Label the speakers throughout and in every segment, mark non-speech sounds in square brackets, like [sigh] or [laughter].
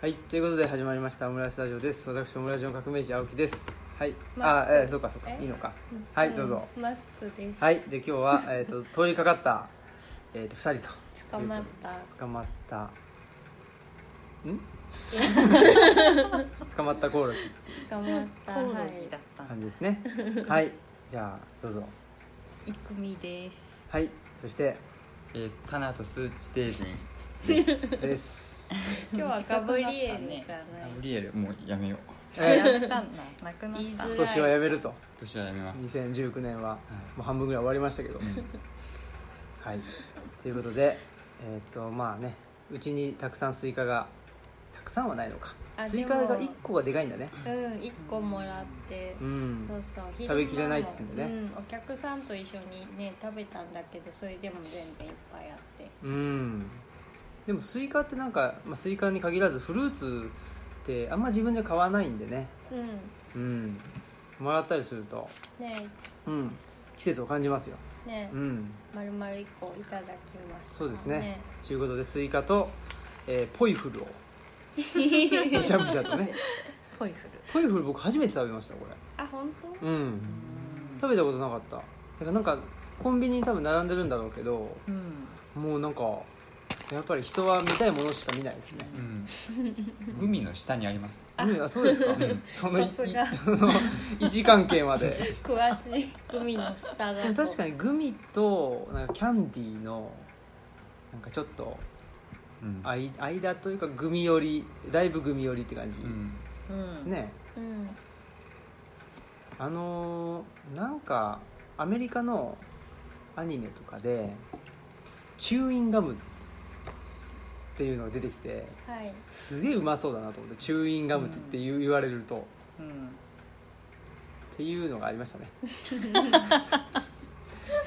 Speaker 1: はい、ということで始まりましたオムライスタジオです。私オムラジオの革命児青木です。はい、
Speaker 2: マ
Speaker 1: あ
Speaker 2: ス、ク
Speaker 1: えー、そうかそうか、
Speaker 2: え
Speaker 1: いいのか。はい、どうぞ。
Speaker 2: マスクです。
Speaker 1: はい、で今日はえっ、と通りかかったえっ、と二人と
Speaker 2: 捕まった。
Speaker 1: 捕まった。ん？
Speaker 2: [laughs]
Speaker 1: 捕まったコオロギって
Speaker 2: 捕まった。
Speaker 3: コオロ
Speaker 2: はい
Speaker 3: ギだった。
Speaker 1: 感じですね。はい、じゃあどうぞ。
Speaker 3: いくみです。
Speaker 1: はい、そして
Speaker 4: えー、タナトス地底人
Speaker 2: [laughs]
Speaker 1: です。
Speaker 2: 今日はガブリエルじゃ
Speaker 4: ガ
Speaker 2: ない。
Speaker 4: ブリエルもうやめよう
Speaker 1: えー
Speaker 3: やったんだ。なくなっ
Speaker 2: 言いづ
Speaker 3: た
Speaker 2: ら。い
Speaker 1: 今年はやめると。
Speaker 4: 今年はやめます
Speaker 1: 2019年は
Speaker 4: は
Speaker 1: も
Speaker 4: い
Speaker 1: う半分ぐらい終わりましたけど。 [laughs] はい、ということで、えー、とまあねうちにたくさんスイカがたくさんはないのか
Speaker 2: あ
Speaker 1: スイカが
Speaker 2: で
Speaker 1: 1
Speaker 2: も
Speaker 1: 個がでかいんだね
Speaker 2: うん、一個もらって。
Speaker 1: うん
Speaker 2: そうそう。
Speaker 1: 食べきれないっつうんでね
Speaker 2: 昼間もうん、お客さんと一緒にね食べたんだけど、それでも全然いっぱいあって。
Speaker 1: うんでもスイカってなんか、まあ、スイカに限らずフルーツってあんま自分じゃ買わないんでね
Speaker 2: うん。
Speaker 1: うんもらったりすると、
Speaker 2: ね
Speaker 1: うん、季節を感じますよ、
Speaker 2: ね
Speaker 1: う、ん、
Speaker 2: まるまる一個いただきました。
Speaker 1: そうですね。ということでスイカと、えーポイフルをむしゃむしゃとね
Speaker 3: ポイフル。
Speaker 1: ポイフル僕初めて食べましたこ
Speaker 2: [laughs] あ、本当？
Speaker 1: れうん食べたことなかっただからなんかコンビニに多分並んでるんだろうけど
Speaker 3: うん。
Speaker 1: もうなんかやっぱり人は見たいものしか見ないですね
Speaker 4: うん、グミの下にあります
Speaker 1: うんあそうですか
Speaker 4: ん
Speaker 1: そのい
Speaker 2: さすが
Speaker 1: [laughs] いその位置関係まで
Speaker 2: 詳しい。海の下だ
Speaker 1: でも
Speaker 2: と。
Speaker 1: 確かにグミとなんかキャンディーのなんかちょっと
Speaker 4: うん
Speaker 1: あい間というかグミ寄りだいぶグミ寄りって感じ
Speaker 4: う
Speaker 1: で
Speaker 4: ん
Speaker 3: うん。
Speaker 1: す。ね、
Speaker 2: うん。
Speaker 1: あのーなんかアメリカのアニメとかでチューインガムっていうのが出てきて
Speaker 2: はい。
Speaker 1: すげえうまそうだなと思ってチューインガムって言う言われると、っ
Speaker 3: うん。
Speaker 1: ていうのがありましたね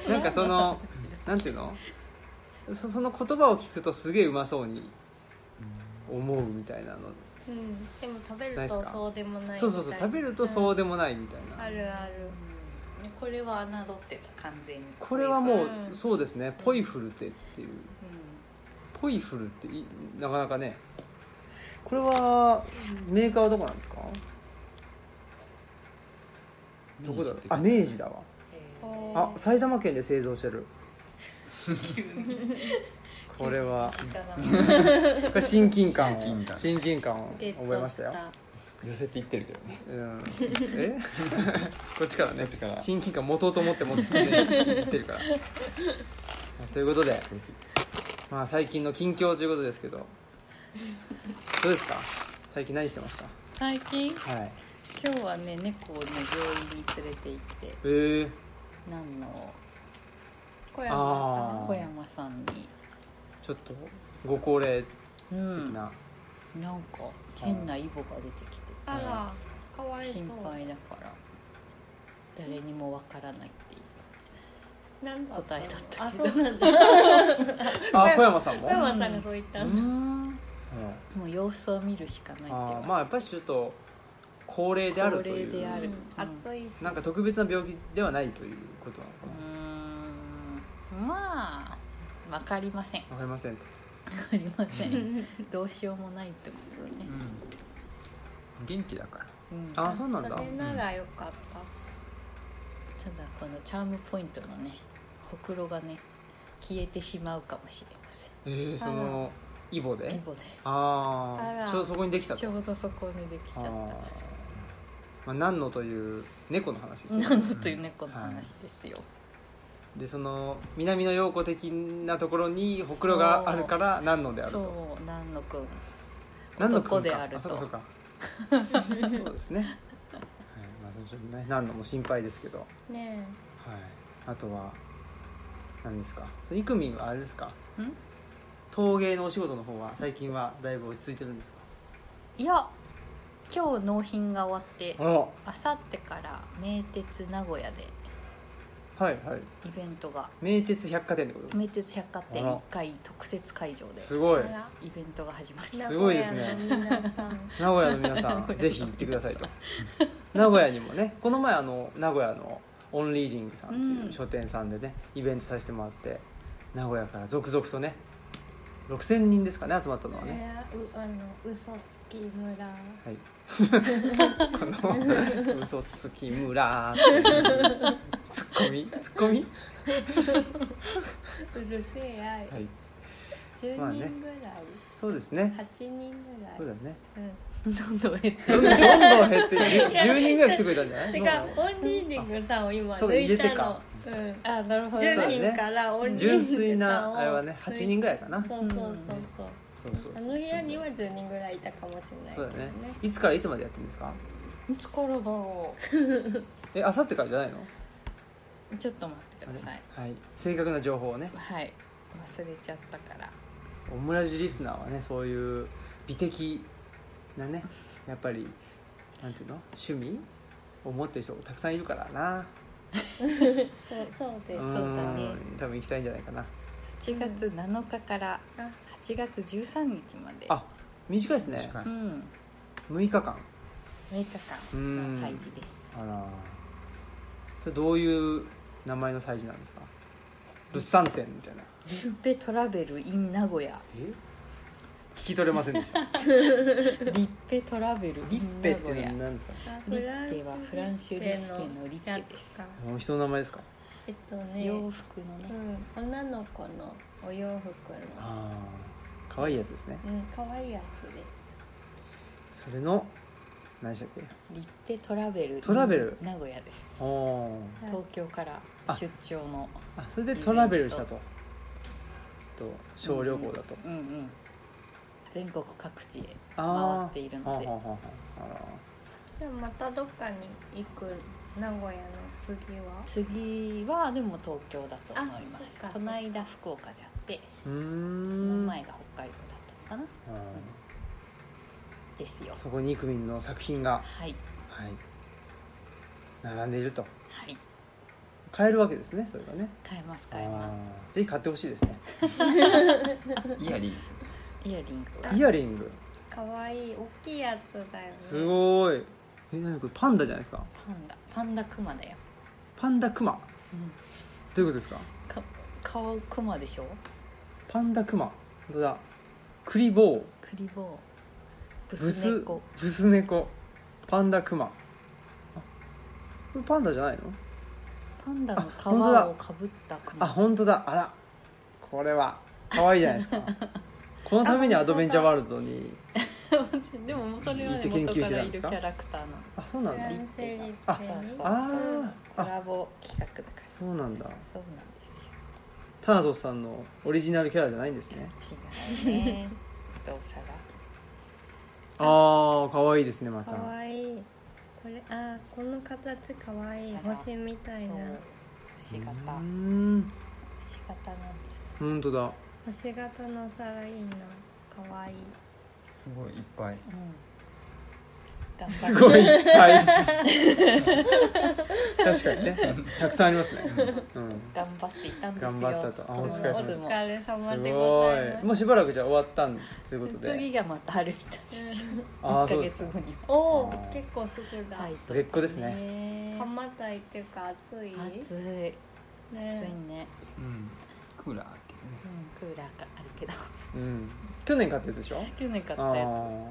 Speaker 1: なんかそのなんていうのそその言葉を聞くとすげえうまそうに思うみたいなの
Speaker 2: うん、でも食べ
Speaker 1: ないっ
Speaker 2: る
Speaker 1: す
Speaker 2: と
Speaker 1: か
Speaker 2: そうでもない
Speaker 1: そうそうそう食べるとそう
Speaker 2: で
Speaker 1: でもないみたい
Speaker 2: あ
Speaker 1: な、
Speaker 2: るある
Speaker 3: これは侮ってた完全に。
Speaker 1: これはも
Speaker 2: う
Speaker 1: うんそうですねポイフルテっていう
Speaker 3: う
Speaker 1: ポイフルっていなかなかねこれはメーカーはどこなんですかどこだ
Speaker 4: 明治って書いて
Speaker 1: あ
Speaker 4: ある
Speaker 1: 明治だわ
Speaker 3: ん。
Speaker 1: あ埼玉県で製造
Speaker 2: [laughs]
Speaker 1: してるこれは
Speaker 3: 聞いたな。
Speaker 1: これ親近感を
Speaker 4: 親近感
Speaker 1: 親近感を
Speaker 2: ゲッ
Speaker 1: 覚えま
Speaker 2: ト
Speaker 1: し
Speaker 2: したた
Speaker 1: よ、
Speaker 4: 寄せていってるけどね
Speaker 1: [laughs] うん、えこっちからね
Speaker 4: こっちから
Speaker 1: 親近感持とうと思って持ってきて言ってるから [laughs] そういうことで、まあ、最近の近況ということですけどどうですか最近何してまし
Speaker 3: 最近
Speaker 1: たはい
Speaker 3: 今日はね猫をね病院に連れて行って
Speaker 1: えー、
Speaker 3: 何の
Speaker 2: 小山
Speaker 1: あー
Speaker 3: 小山さんに。
Speaker 1: ちょっとご高齢
Speaker 3: う
Speaker 1: 的
Speaker 3: ん。なん
Speaker 1: な、
Speaker 3: か変なイボが出てきて。
Speaker 2: さんあらかわいそう
Speaker 3: 心配だから誰にもわからないっていう
Speaker 2: なんだの
Speaker 3: 答えだった
Speaker 2: あ
Speaker 3: け
Speaker 2: そ
Speaker 3: ど
Speaker 2: うなんだ
Speaker 1: あ小山さんも
Speaker 2: 小山さんがそう言っ
Speaker 1: う
Speaker 2: た
Speaker 1: ー
Speaker 2: んだ
Speaker 1: ん、はい
Speaker 3: もう様子を見るしかないっていう
Speaker 1: あー
Speaker 3: わ
Speaker 1: まあやっぱりちょっと高齢であるという
Speaker 3: 高齢である
Speaker 2: うん暑いし
Speaker 1: なんか特別な病気ではないということなのか
Speaker 3: うーんまあわかりませんわ
Speaker 1: なわかりませんと
Speaker 3: かりませ
Speaker 2: うんん
Speaker 3: [laughs] どうしようもないってことね
Speaker 4: う、ん元気だから
Speaker 3: うんただ
Speaker 1: あそうなんだ
Speaker 2: それならよかった
Speaker 3: このチャームポイントのねほくろがね消えてしまうかもしれませ
Speaker 1: えー、そのイボ
Speaker 3: んイ
Speaker 1: で
Speaker 3: ボで
Speaker 2: あ
Speaker 1: ああ
Speaker 2: ら
Speaker 1: ちょうどそこにできた
Speaker 3: ち
Speaker 1: と
Speaker 3: ょうどそこにできちゃ
Speaker 1: あ
Speaker 3: っ
Speaker 1: ー
Speaker 3: た
Speaker 1: まあ、何のという猫の話ですね
Speaker 3: 何度という猫の話ですよ、
Speaker 1: でその南野陽子的なところにほくろがあるから何のである
Speaker 3: そ
Speaker 1: と
Speaker 3: う南野くん
Speaker 1: 何の
Speaker 3: 男であると
Speaker 1: そうかそうか [laughs] そうですね、はいまあ、ちょっとね何のも心配ですけど
Speaker 2: ね
Speaker 1: はい、あとは何ですかそれイクミンはあれですか
Speaker 3: ん
Speaker 1: 陶芸のお仕事の方は最近はだいぶ落ち着いてるんですか
Speaker 3: いや今日納品が終わって
Speaker 1: あら
Speaker 3: あさってから名鉄名古屋で
Speaker 1: はいはい
Speaker 3: イベントが
Speaker 1: 名鉄百貨店ってこと
Speaker 3: 名鉄百貨店
Speaker 1: あら
Speaker 3: 1階特設会場です
Speaker 1: す
Speaker 2: え
Speaker 1: ごい
Speaker 2: あ
Speaker 3: イベントが始まり
Speaker 2: ら
Speaker 1: すごいですね
Speaker 2: 名古屋の皆さん
Speaker 1: 名古屋の皆さ
Speaker 3: 名古屋の皆さ
Speaker 1: ん
Speaker 3: ん
Speaker 1: ぜひ行ってくださいと名古屋にもねこの前あの名古屋のオンリーディングさんという書店さんでね、イベントさせてもらって名古屋から続々とね6000人ですかね集まったのはね、
Speaker 2: えーうあの嘘つき村
Speaker 1: はい、この「嘘つき村」っていうツッコミツッコミ
Speaker 2: うるせえ愛、
Speaker 1: はい
Speaker 2: 10
Speaker 1: まあね
Speaker 2: 人ぐらい、
Speaker 1: そうですね
Speaker 2: 8人ぐらい
Speaker 1: そうだよね
Speaker 2: うん
Speaker 3: どんどん減っ
Speaker 1: どんどん減って10 10人ぐらい来てくれたんじゃない
Speaker 2: 違う
Speaker 1: も
Speaker 2: オンリーディングさんを今
Speaker 1: そうだ
Speaker 2: 抜いたの
Speaker 1: 入
Speaker 2: う、ん、
Speaker 3: たあなるほど
Speaker 1: そうだ
Speaker 2: 10
Speaker 1: ね
Speaker 2: 人からオン
Speaker 1: う
Speaker 2: リーディ
Speaker 1: 純
Speaker 2: ングさんを
Speaker 1: 粋
Speaker 2: [laughs]
Speaker 1: なあれはね8人ぐらいかな
Speaker 2: そうそうそうそ
Speaker 1: そ
Speaker 2: う、
Speaker 1: うそう
Speaker 2: あの部屋には10人ぐらいいたかもしれないけ
Speaker 1: そう
Speaker 2: ど
Speaker 1: だ
Speaker 2: ね
Speaker 1: ねいつからいつまでやってるんですか
Speaker 3: いつからだろ
Speaker 1: えあさってからじゃないの
Speaker 3: うちょっと待ってください
Speaker 1: はい正確な情報をね
Speaker 3: はい忘れちゃったから
Speaker 1: オムラジリスナーはねそういう美的なねやっぱりなんていうの趣味を持ってる人がたくさんいるからな
Speaker 2: そうそうです、
Speaker 1: ん
Speaker 3: そうだね
Speaker 1: 多分行きたいんじゃないかな
Speaker 3: 8月7日から
Speaker 2: あ
Speaker 3: 8月13日まで
Speaker 1: あ短いですね
Speaker 4: 短い
Speaker 3: うん
Speaker 1: 6日間
Speaker 3: 6日間
Speaker 1: うん
Speaker 3: の祭事です
Speaker 1: あらそれどういう名前の催事なんですか物産展みたいな
Speaker 3: ビュッフェトラベル in 名古屋
Speaker 1: え聞き取れませんでした
Speaker 3: リッペトラベル
Speaker 1: リ
Speaker 3: in
Speaker 1: ッペ
Speaker 3: 名
Speaker 1: って
Speaker 3: 古
Speaker 1: いう
Speaker 3: 屋
Speaker 1: のは何ですか
Speaker 3: リッペはフランスリッペのリッペ
Speaker 2: や
Speaker 3: で
Speaker 2: つ
Speaker 3: す
Speaker 2: か
Speaker 1: もう人の名前ですか
Speaker 2: えっとね
Speaker 3: 洋服のね
Speaker 2: うん、女の子のお洋服の、
Speaker 1: ああ可愛いやつですね
Speaker 2: うん、可愛いやつです
Speaker 1: それの何でしたっけ
Speaker 3: リッペトラベル in
Speaker 1: トラベル
Speaker 3: 名古屋です
Speaker 1: おおー
Speaker 2: はい
Speaker 3: 東京から出張の
Speaker 1: あそれでトラベルしたとと小旅行だと、
Speaker 3: うんうん全国各地へ回
Speaker 1: ああ
Speaker 3: っているので
Speaker 1: はあはあはああら
Speaker 2: じゃあまたどっかに行く名古屋の次は
Speaker 3: 次はでも東京だと思い
Speaker 2: あ
Speaker 3: ま
Speaker 2: そう
Speaker 3: す
Speaker 2: か
Speaker 3: この間福岡であって
Speaker 1: うーん
Speaker 3: その前が北海道だったのかな
Speaker 1: うん
Speaker 3: ですよ
Speaker 1: そこにイクミンの作品が、
Speaker 3: はい
Speaker 1: はい、並んでいると
Speaker 3: はい
Speaker 1: 買えるわけですねそれがね
Speaker 3: 買えます買えま
Speaker 1: あーぜひ買ってほしいですね
Speaker 4: イヤリング
Speaker 3: すイヤリングが
Speaker 1: イヤリング
Speaker 2: 可愛い大きいやつだよね
Speaker 1: すごいえ何これパンダじゃないですか
Speaker 3: パンダパンダクマだよ、
Speaker 1: パンダクマ
Speaker 3: うん、
Speaker 1: どういうことですか
Speaker 3: か顔クマでしょ
Speaker 1: パンダクマ本当だクリボー
Speaker 3: クリボーブ
Speaker 1: ブ
Speaker 3: ス
Speaker 1: ス
Speaker 3: 猫
Speaker 1: ブス猫パンダクマあこれパンダじゃないの
Speaker 3: パンダ
Speaker 1: あ
Speaker 3: の皮
Speaker 1: 本当だ
Speaker 3: をかぶったク
Speaker 1: あ
Speaker 3: マ
Speaker 1: 本当だあらこれは可愛いじゃないですかこのためにアドベンチャーワールドに
Speaker 3: でももうそれは
Speaker 1: 行
Speaker 3: ね
Speaker 1: って研究
Speaker 3: 元
Speaker 1: し
Speaker 3: か
Speaker 1: て
Speaker 3: ら
Speaker 1: た
Speaker 3: い
Speaker 1: んです
Speaker 3: るキ
Speaker 1: か
Speaker 3: ャラクターの
Speaker 1: あそうなん
Speaker 2: フ
Speaker 1: だ
Speaker 2: ラ
Speaker 1: あ
Speaker 2: ンスリッペに
Speaker 3: あ
Speaker 1: あ
Speaker 3: コ
Speaker 1: ーあ
Speaker 3: ラボ企画だから
Speaker 1: そうなんだ
Speaker 3: そうな
Speaker 1: タナトスさんのオリジナルキャラじゃないんですね
Speaker 3: んですよ違うねどうさ
Speaker 1: ああ可愛いですねまた
Speaker 2: 可愛いこれあーこの形可愛い
Speaker 3: あら
Speaker 2: 星みた
Speaker 3: ら
Speaker 2: い
Speaker 3: そ
Speaker 2: な
Speaker 3: う星型
Speaker 1: うーん
Speaker 3: 星型なんですうん
Speaker 1: 本当だ
Speaker 2: 星型のお皿いいな可愛い
Speaker 4: すごいいっぱい
Speaker 3: 頑張る
Speaker 1: すごいいっぱい確かにねたくさんありますね、うん、
Speaker 3: 頑張っていたんですよ
Speaker 1: 頑張ったとあお疲れ様
Speaker 3: い
Speaker 1: で
Speaker 3: つ
Speaker 1: す
Speaker 2: お
Speaker 3: も
Speaker 2: 疲れ様
Speaker 1: す
Speaker 2: でご
Speaker 1: ご
Speaker 2: ざいま
Speaker 1: い
Speaker 2: す
Speaker 1: もうしばらくじゃあ終わったんということで
Speaker 3: 次がまたあるみたいですよ
Speaker 1: あ
Speaker 3: 1
Speaker 1: あそ
Speaker 3: ヶ
Speaker 1: うです
Speaker 3: 月
Speaker 1: か
Speaker 3: 後に
Speaker 2: おお
Speaker 1: あー
Speaker 2: 結構すぐだ、
Speaker 3: タイト
Speaker 1: 売れっ子ですね
Speaker 3: ね
Speaker 2: 蒲田行っていうか暑い
Speaker 3: 暑い
Speaker 2: ね
Speaker 3: 暑いね、
Speaker 4: うんクーラーあるけどね
Speaker 3: うん、クーラーがあるけど
Speaker 1: うん去年買ったやつでしょ
Speaker 3: 去年買った
Speaker 1: あ
Speaker 3: や
Speaker 1: ー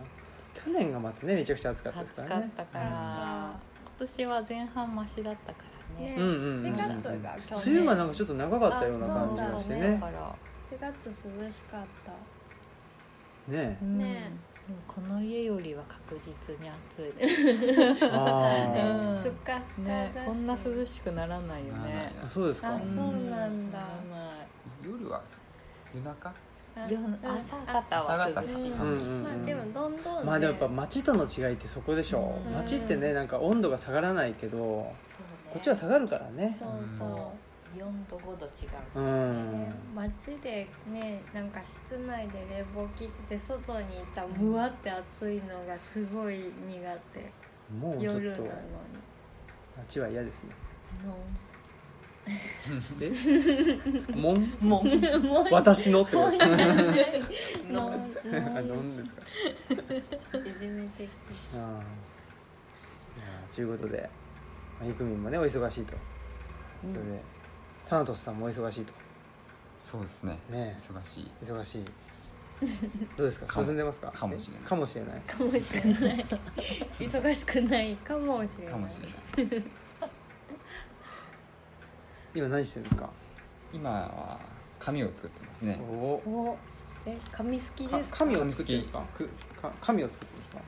Speaker 1: 去年がまたねめちゃくちゃ暑か
Speaker 3: つ
Speaker 1: ったです
Speaker 3: 暑
Speaker 1: か
Speaker 3: からっ
Speaker 1: ね
Speaker 3: たから今年は前半マシだったからね
Speaker 2: ね、
Speaker 1: うんうんうん
Speaker 2: 7月が去
Speaker 1: 梅
Speaker 2: 年
Speaker 1: 雨がなんかちょっと長かったような
Speaker 2: あ
Speaker 1: 感じがしてね
Speaker 3: だから、
Speaker 2: 7月涼しかった
Speaker 1: ね
Speaker 3: うん、
Speaker 2: ね
Speaker 3: でもこの家よりは確実に暑い
Speaker 1: あ
Speaker 3: うん
Speaker 2: スカスカ
Speaker 3: ね
Speaker 2: だし
Speaker 3: こんな涼しくならないよ
Speaker 4: ならない
Speaker 3: ね
Speaker 4: な
Speaker 1: あそうですか
Speaker 2: あ
Speaker 1: うん
Speaker 2: そうなんだ
Speaker 3: な
Speaker 4: 夜は夜中
Speaker 3: らない夜の
Speaker 2: うん
Speaker 3: 朝方は涼しい、
Speaker 4: 朝
Speaker 1: う
Speaker 4: 方
Speaker 1: んう
Speaker 4: 寒い
Speaker 1: ん
Speaker 2: まあでもどんどん、ね、
Speaker 1: まあでもやっぱ街との違いってそこでしょ
Speaker 3: うん
Speaker 1: 街ってねなんか温度が下がらないけどこっちは下がるからね
Speaker 2: そうそ
Speaker 3: 4度5度違
Speaker 1: う
Speaker 2: う、
Speaker 3: う
Speaker 1: ん
Speaker 2: ね、街でねなんか室内で冷房切って外にいたらむわって暑いのがすごい苦
Speaker 1: もう
Speaker 2: 手
Speaker 1: ちょっ
Speaker 2: 夜な
Speaker 1: と
Speaker 2: のに
Speaker 1: 街は嫌ですね
Speaker 2: の
Speaker 1: えもん
Speaker 3: もう
Speaker 2: もう
Speaker 1: 私のってことですか
Speaker 2: の
Speaker 1: [laughs] あ
Speaker 2: の
Speaker 1: 何ですか
Speaker 2: いじめ
Speaker 1: うんい
Speaker 2: て
Speaker 1: やーということで、まあ、イクミンもねお忙しいと、
Speaker 3: うん
Speaker 1: それでタナトスさんもお忙しいと
Speaker 4: そうですね
Speaker 1: ね
Speaker 4: 忙しい
Speaker 1: 忙しいどうですか
Speaker 4: かも
Speaker 1: 進んでますか
Speaker 4: かもしれない
Speaker 1: かもしれない
Speaker 2: かもしれない忙しくないかもしれ
Speaker 1: [laughs]
Speaker 2: ない
Speaker 4: かもしれない
Speaker 1: 今何してるんですか
Speaker 4: 今は紙を作ってますね
Speaker 1: お
Speaker 2: おえ紙好き
Speaker 1: か
Speaker 2: ですか
Speaker 1: 紙を作ってるんですか
Speaker 4: 紙好き
Speaker 1: か紙を作ってるんですか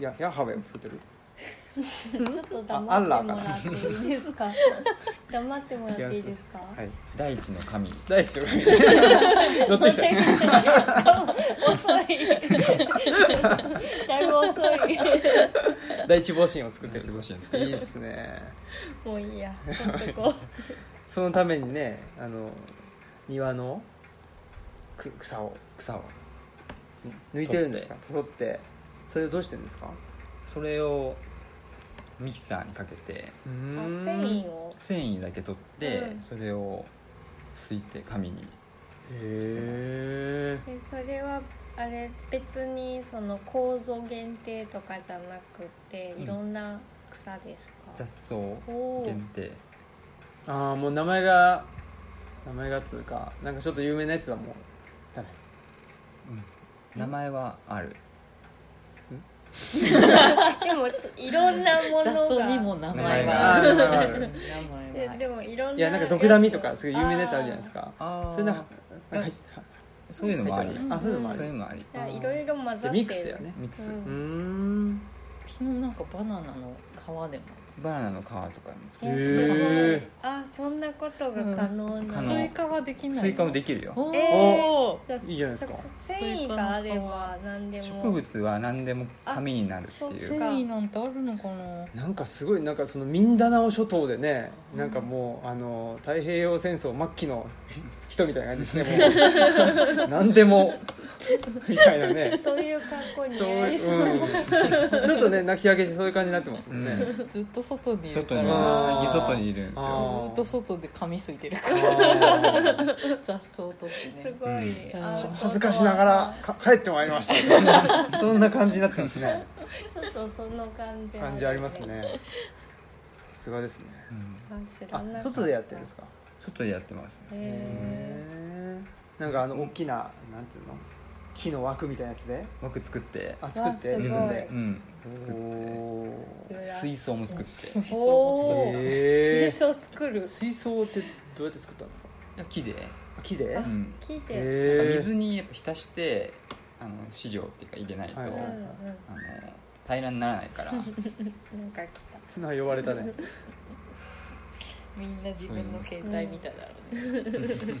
Speaker 1: いやヤハウェを作ってる
Speaker 2: ちょっと
Speaker 1: あア
Speaker 2: 黙っ
Speaker 1: ン
Speaker 2: て
Speaker 1: ラー
Speaker 2: も
Speaker 1: から
Speaker 2: っていいですか黙ってもらっていいです
Speaker 1: [laughs]
Speaker 2: か
Speaker 1: はい
Speaker 4: 第一の紙
Speaker 1: 第一の紙乗ってきた
Speaker 2: 遅い [laughs] だいぶ遅い
Speaker 1: 第一防振を作ってる
Speaker 4: 第一防振を作
Speaker 1: い
Speaker 4: ってる
Speaker 1: いですね
Speaker 2: もうい
Speaker 1: [laughs]
Speaker 2: いやほっとこ
Speaker 1: そのためにねあの庭のく草を
Speaker 4: 草を
Speaker 1: 抜いてるんですか取ってそれをどうしてるんですか
Speaker 4: それをミキサーにかけて
Speaker 1: う
Speaker 2: う
Speaker 1: ーん
Speaker 2: あ繊維を
Speaker 4: 繊維だけ取って、
Speaker 2: うん
Speaker 4: それをすいて紙に
Speaker 1: へえ
Speaker 2: えそれはあれ別にその構造限定とかじゃなくて
Speaker 4: うん
Speaker 2: いろんな草ですか
Speaker 4: 雑、草
Speaker 2: おー
Speaker 4: 限定
Speaker 1: ああもう名前が名前がつうかなんかちょっと有名なやつはもうダメ
Speaker 4: 名前はある
Speaker 2: でもいろんなものが
Speaker 3: 雑草にも名前が
Speaker 1: あ
Speaker 3: あ
Speaker 1: ー
Speaker 3: る
Speaker 1: 名前はある
Speaker 3: 名前
Speaker 2: で
Speaker 3: は
Speaker 2: でもいろんない
Speaker 1: やなんか毒ダミとかすごい有名なやつあるじゃないですか
Speaker 4: あ
Speaker 1: それなんかなんか
Speaker 4: えそういうのもあり
Speaker 1: 入ってるあそういうのもあ
Speaker 4: そういう
Speaker 1: り
Speaker 4: のもあり
Speaker 2: あいろいろ混ざって
Speaker 1: で
Speaker 2: る
Speaker 1: ミックスだよね
Speaker 4: ミックス、
Speaker 2: うん
Speaker 1: うーん
Speaker 3: 昨日なんかバナナの皮でも
Speaker 4: バナナの皮とかも作
Speaker 2: え
Speaker 4: る
Speaker 1: へー
Speaker 2: すごいあそんなことが可能な
Speaker 4: 可
Speaker 2: の、
Speaker 4: 能
Speaker 3: スイカはできないの
Speaker 4: スイカもできるよ
Speaker 3: おー
Speaker 2: え
Speaker 1: ーいいじゃないですか
Speaker 2: 繊維があれば何でも
Speaker 4: 植物は何でも紙になるって
Speaker 2: あ
Speaker 4: い
Speaker 2: そう
Speaker 3: 繊維なんてあるのかな
Speaker 1: なんかすごいなんかそのミンダナオ諸島でね、なんかもうあの太平洋戦争末期の人みたいな感じですねもう何でもみたいなね
Speaker 2: そういう格好に
Speaker 1: そう、うん、
Speaker 2: ね
Speaker 1: ちょっとね泣き上げしてそういう感じになってますもんね、
Speaker 4: うん
Speaker 3: ずっと外にいる
Speaker 4: 外
Speaker 3: か
Speaker 4: にいる
Speaker 1: あー
Speaker 3: ら
Speaker 4: 最近外にいるんですよ
Speaker 1: ー
Speaker 3: ずっと外で髪すいてるから
Speaker 1: あー
Speaker 3: 雑草取って
Speaker 2: す
Speaker 3: ね
Speaker 2: ごい、
Speaker 3: うん
Speaker 2: アウトド
Speaker 1: [laughs]
Speaker 2: ア
Speaker 1: 恥ずかしながらか帰ってまいりました [laughs] そんな感じになってますね
Speaker 2: ちょっとその感
Speaker 1: [laughs]
Speaker 2: じ
Speaker 1: 感じありますねさすがですね
Speaker 4: うん
Speaker 2: あ知ら
Speaker 1: あ
Speaker 2: なかった
Speaker 1: 外でやってるんですか
Speaker 4: 外でやってますね
Speaker 1: へ
Speaker 2: へ
Speaker 1: ーなんかあの大きななんていうの木の枠みたいなやつで
Speaker 4: 枠作って
Speaker 1: あ作って
Speaker 2: わ
Speaker 1: 自
Speaker 2: すごい
Speaker 1: 分で
Speaker 4: うん作って
Speaker 1: お
Speaker 2: ー
Speaker 4: 水槽も作って
Speaker 3: 水槽
Speaker 2: おー
Speaker 3: も
Speaker 1: え
Speaker 2: 水槽作る
Speaker 1: 水槽ってどうやって作ったんですか
Speaker 4: いや木で、
Speaker 1: あ木で
Speaker 4: う
Speaker 1: へ
Speaker 4: ん、
Speaker 2: 聞いて、
Speaker 1: え
Speaker 4: 水にやっぱ浸してあの飼料っていうか入れないと、
Speaker 1: はいうは
Speaker 2: ん
Speaker 1: い
Speaker 4: あの平らにならないから
Speaker 2: うんなんか来た
Speaker 1: なんか呼ばれたね
Speaker 3: みんな自分の携帯見ただろうね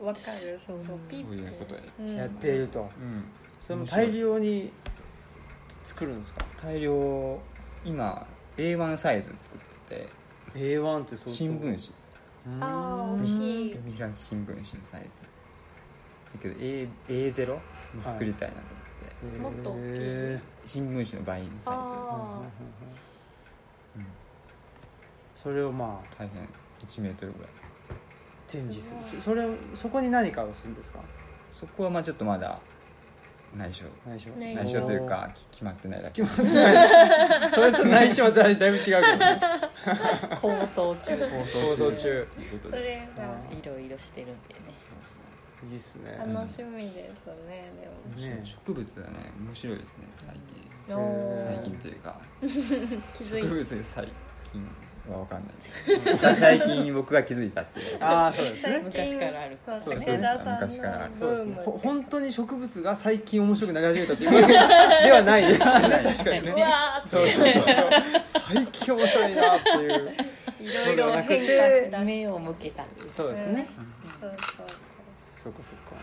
Speaker 2: わかるそう
Speaker 3: そう
Speaker 2: ピッ
Speaker 4: そういうことで
Speaker 2: うん
Speaker 1: やっていると
Speaker 4: うん
Speaker 1: それも大量につ作るんですか
Speaker 4: 大量今 A1 サイズ作ってて
Speaker 1: A1 ってそう
Speaker 4: 新聞紙で
Speaker 1: 紙
Speaker 4: す
Speaker 2: あー大きい
Speaker 4: 読売新聞紙のサイズだけど A- A0 も作りたいなと思って、
Speaker 2: もっと大きい
Speaker 4: 新聞紙の倍のサイ
Speaker 2: あ
Speaker 4: ズ、うん
Speaker 1: それをまあ
Speaker 4: 大変1メートルぐらい
Speaker 1: 展示する
Speaker 2: すごい
Speaker 1: そそれをそこに何かをするんですか
Speaker 4: そこはまあちょっとまだ内緒
Speaker 1: 内緒
Speaker 2: 内緒
Speaker 4: 内緒というかき決まってないだけで
Speaker 1: [laughs] それと内緒はだいだいぶ違うけど
Speaker 2: [laughs]
Speaker 1: ね
Speaker 3: 構想中い
Speaker 4: 放
Speaker 1: 放送中
Speaker 4: ということ
Speaker 2: そ
Speaker 4: で
Speaker 2: れが
Speaker 3: ろいろしてるんだよね
Speaker 4: そうそ
Speaker 1: いいっすね
Speaker 2: 楽しみですね
Speaker 4: う
Speaker 1: ね
Speaker 4: 植物はね面白いですね最近
Speaker 2: でもお
Speaker 1: うん
Speaker 2: ー
Speaker 4: 最近というか
Speaker 2: 気づ
Speaker 4: 植
Speaker 2: い
Speaker 4: 物で最近は分かんない
Speaker 1: [laughs]
Speaker 4: ですけど最近僕が気づいたっていう
Speaker 1: ああそうです
Speaker 2: た
Speaker 1: ね
Speaker 3: 昔からある
Speaker 2: そう
Speaker 1: そうです
Speaker 2: 武田さんの
Speaker 4: 昔からある
Speaker 1: そうです
Speaker 2: ブ
Speaker 1: ね
Speaker 2: ーム
Speaker 1: ほ本当に植物が最近面白くなり始めたっていうわけではないです確かに
Speaker 2: う
Speaker 1: ね
Speaker 2: わー
Speaker 1: そうそうそう
Speaker 2: [laughs]
Speaker 1: 最近面白いなっていう
Speaker 2: いろいろ変化
Speaker 1: [laughs]
Speaker 2: したね
Speaker 3: 目を向けたんです
Speaker 1: そうですね、
Speaker 2: そうそう
Speaker 1: そうかそうか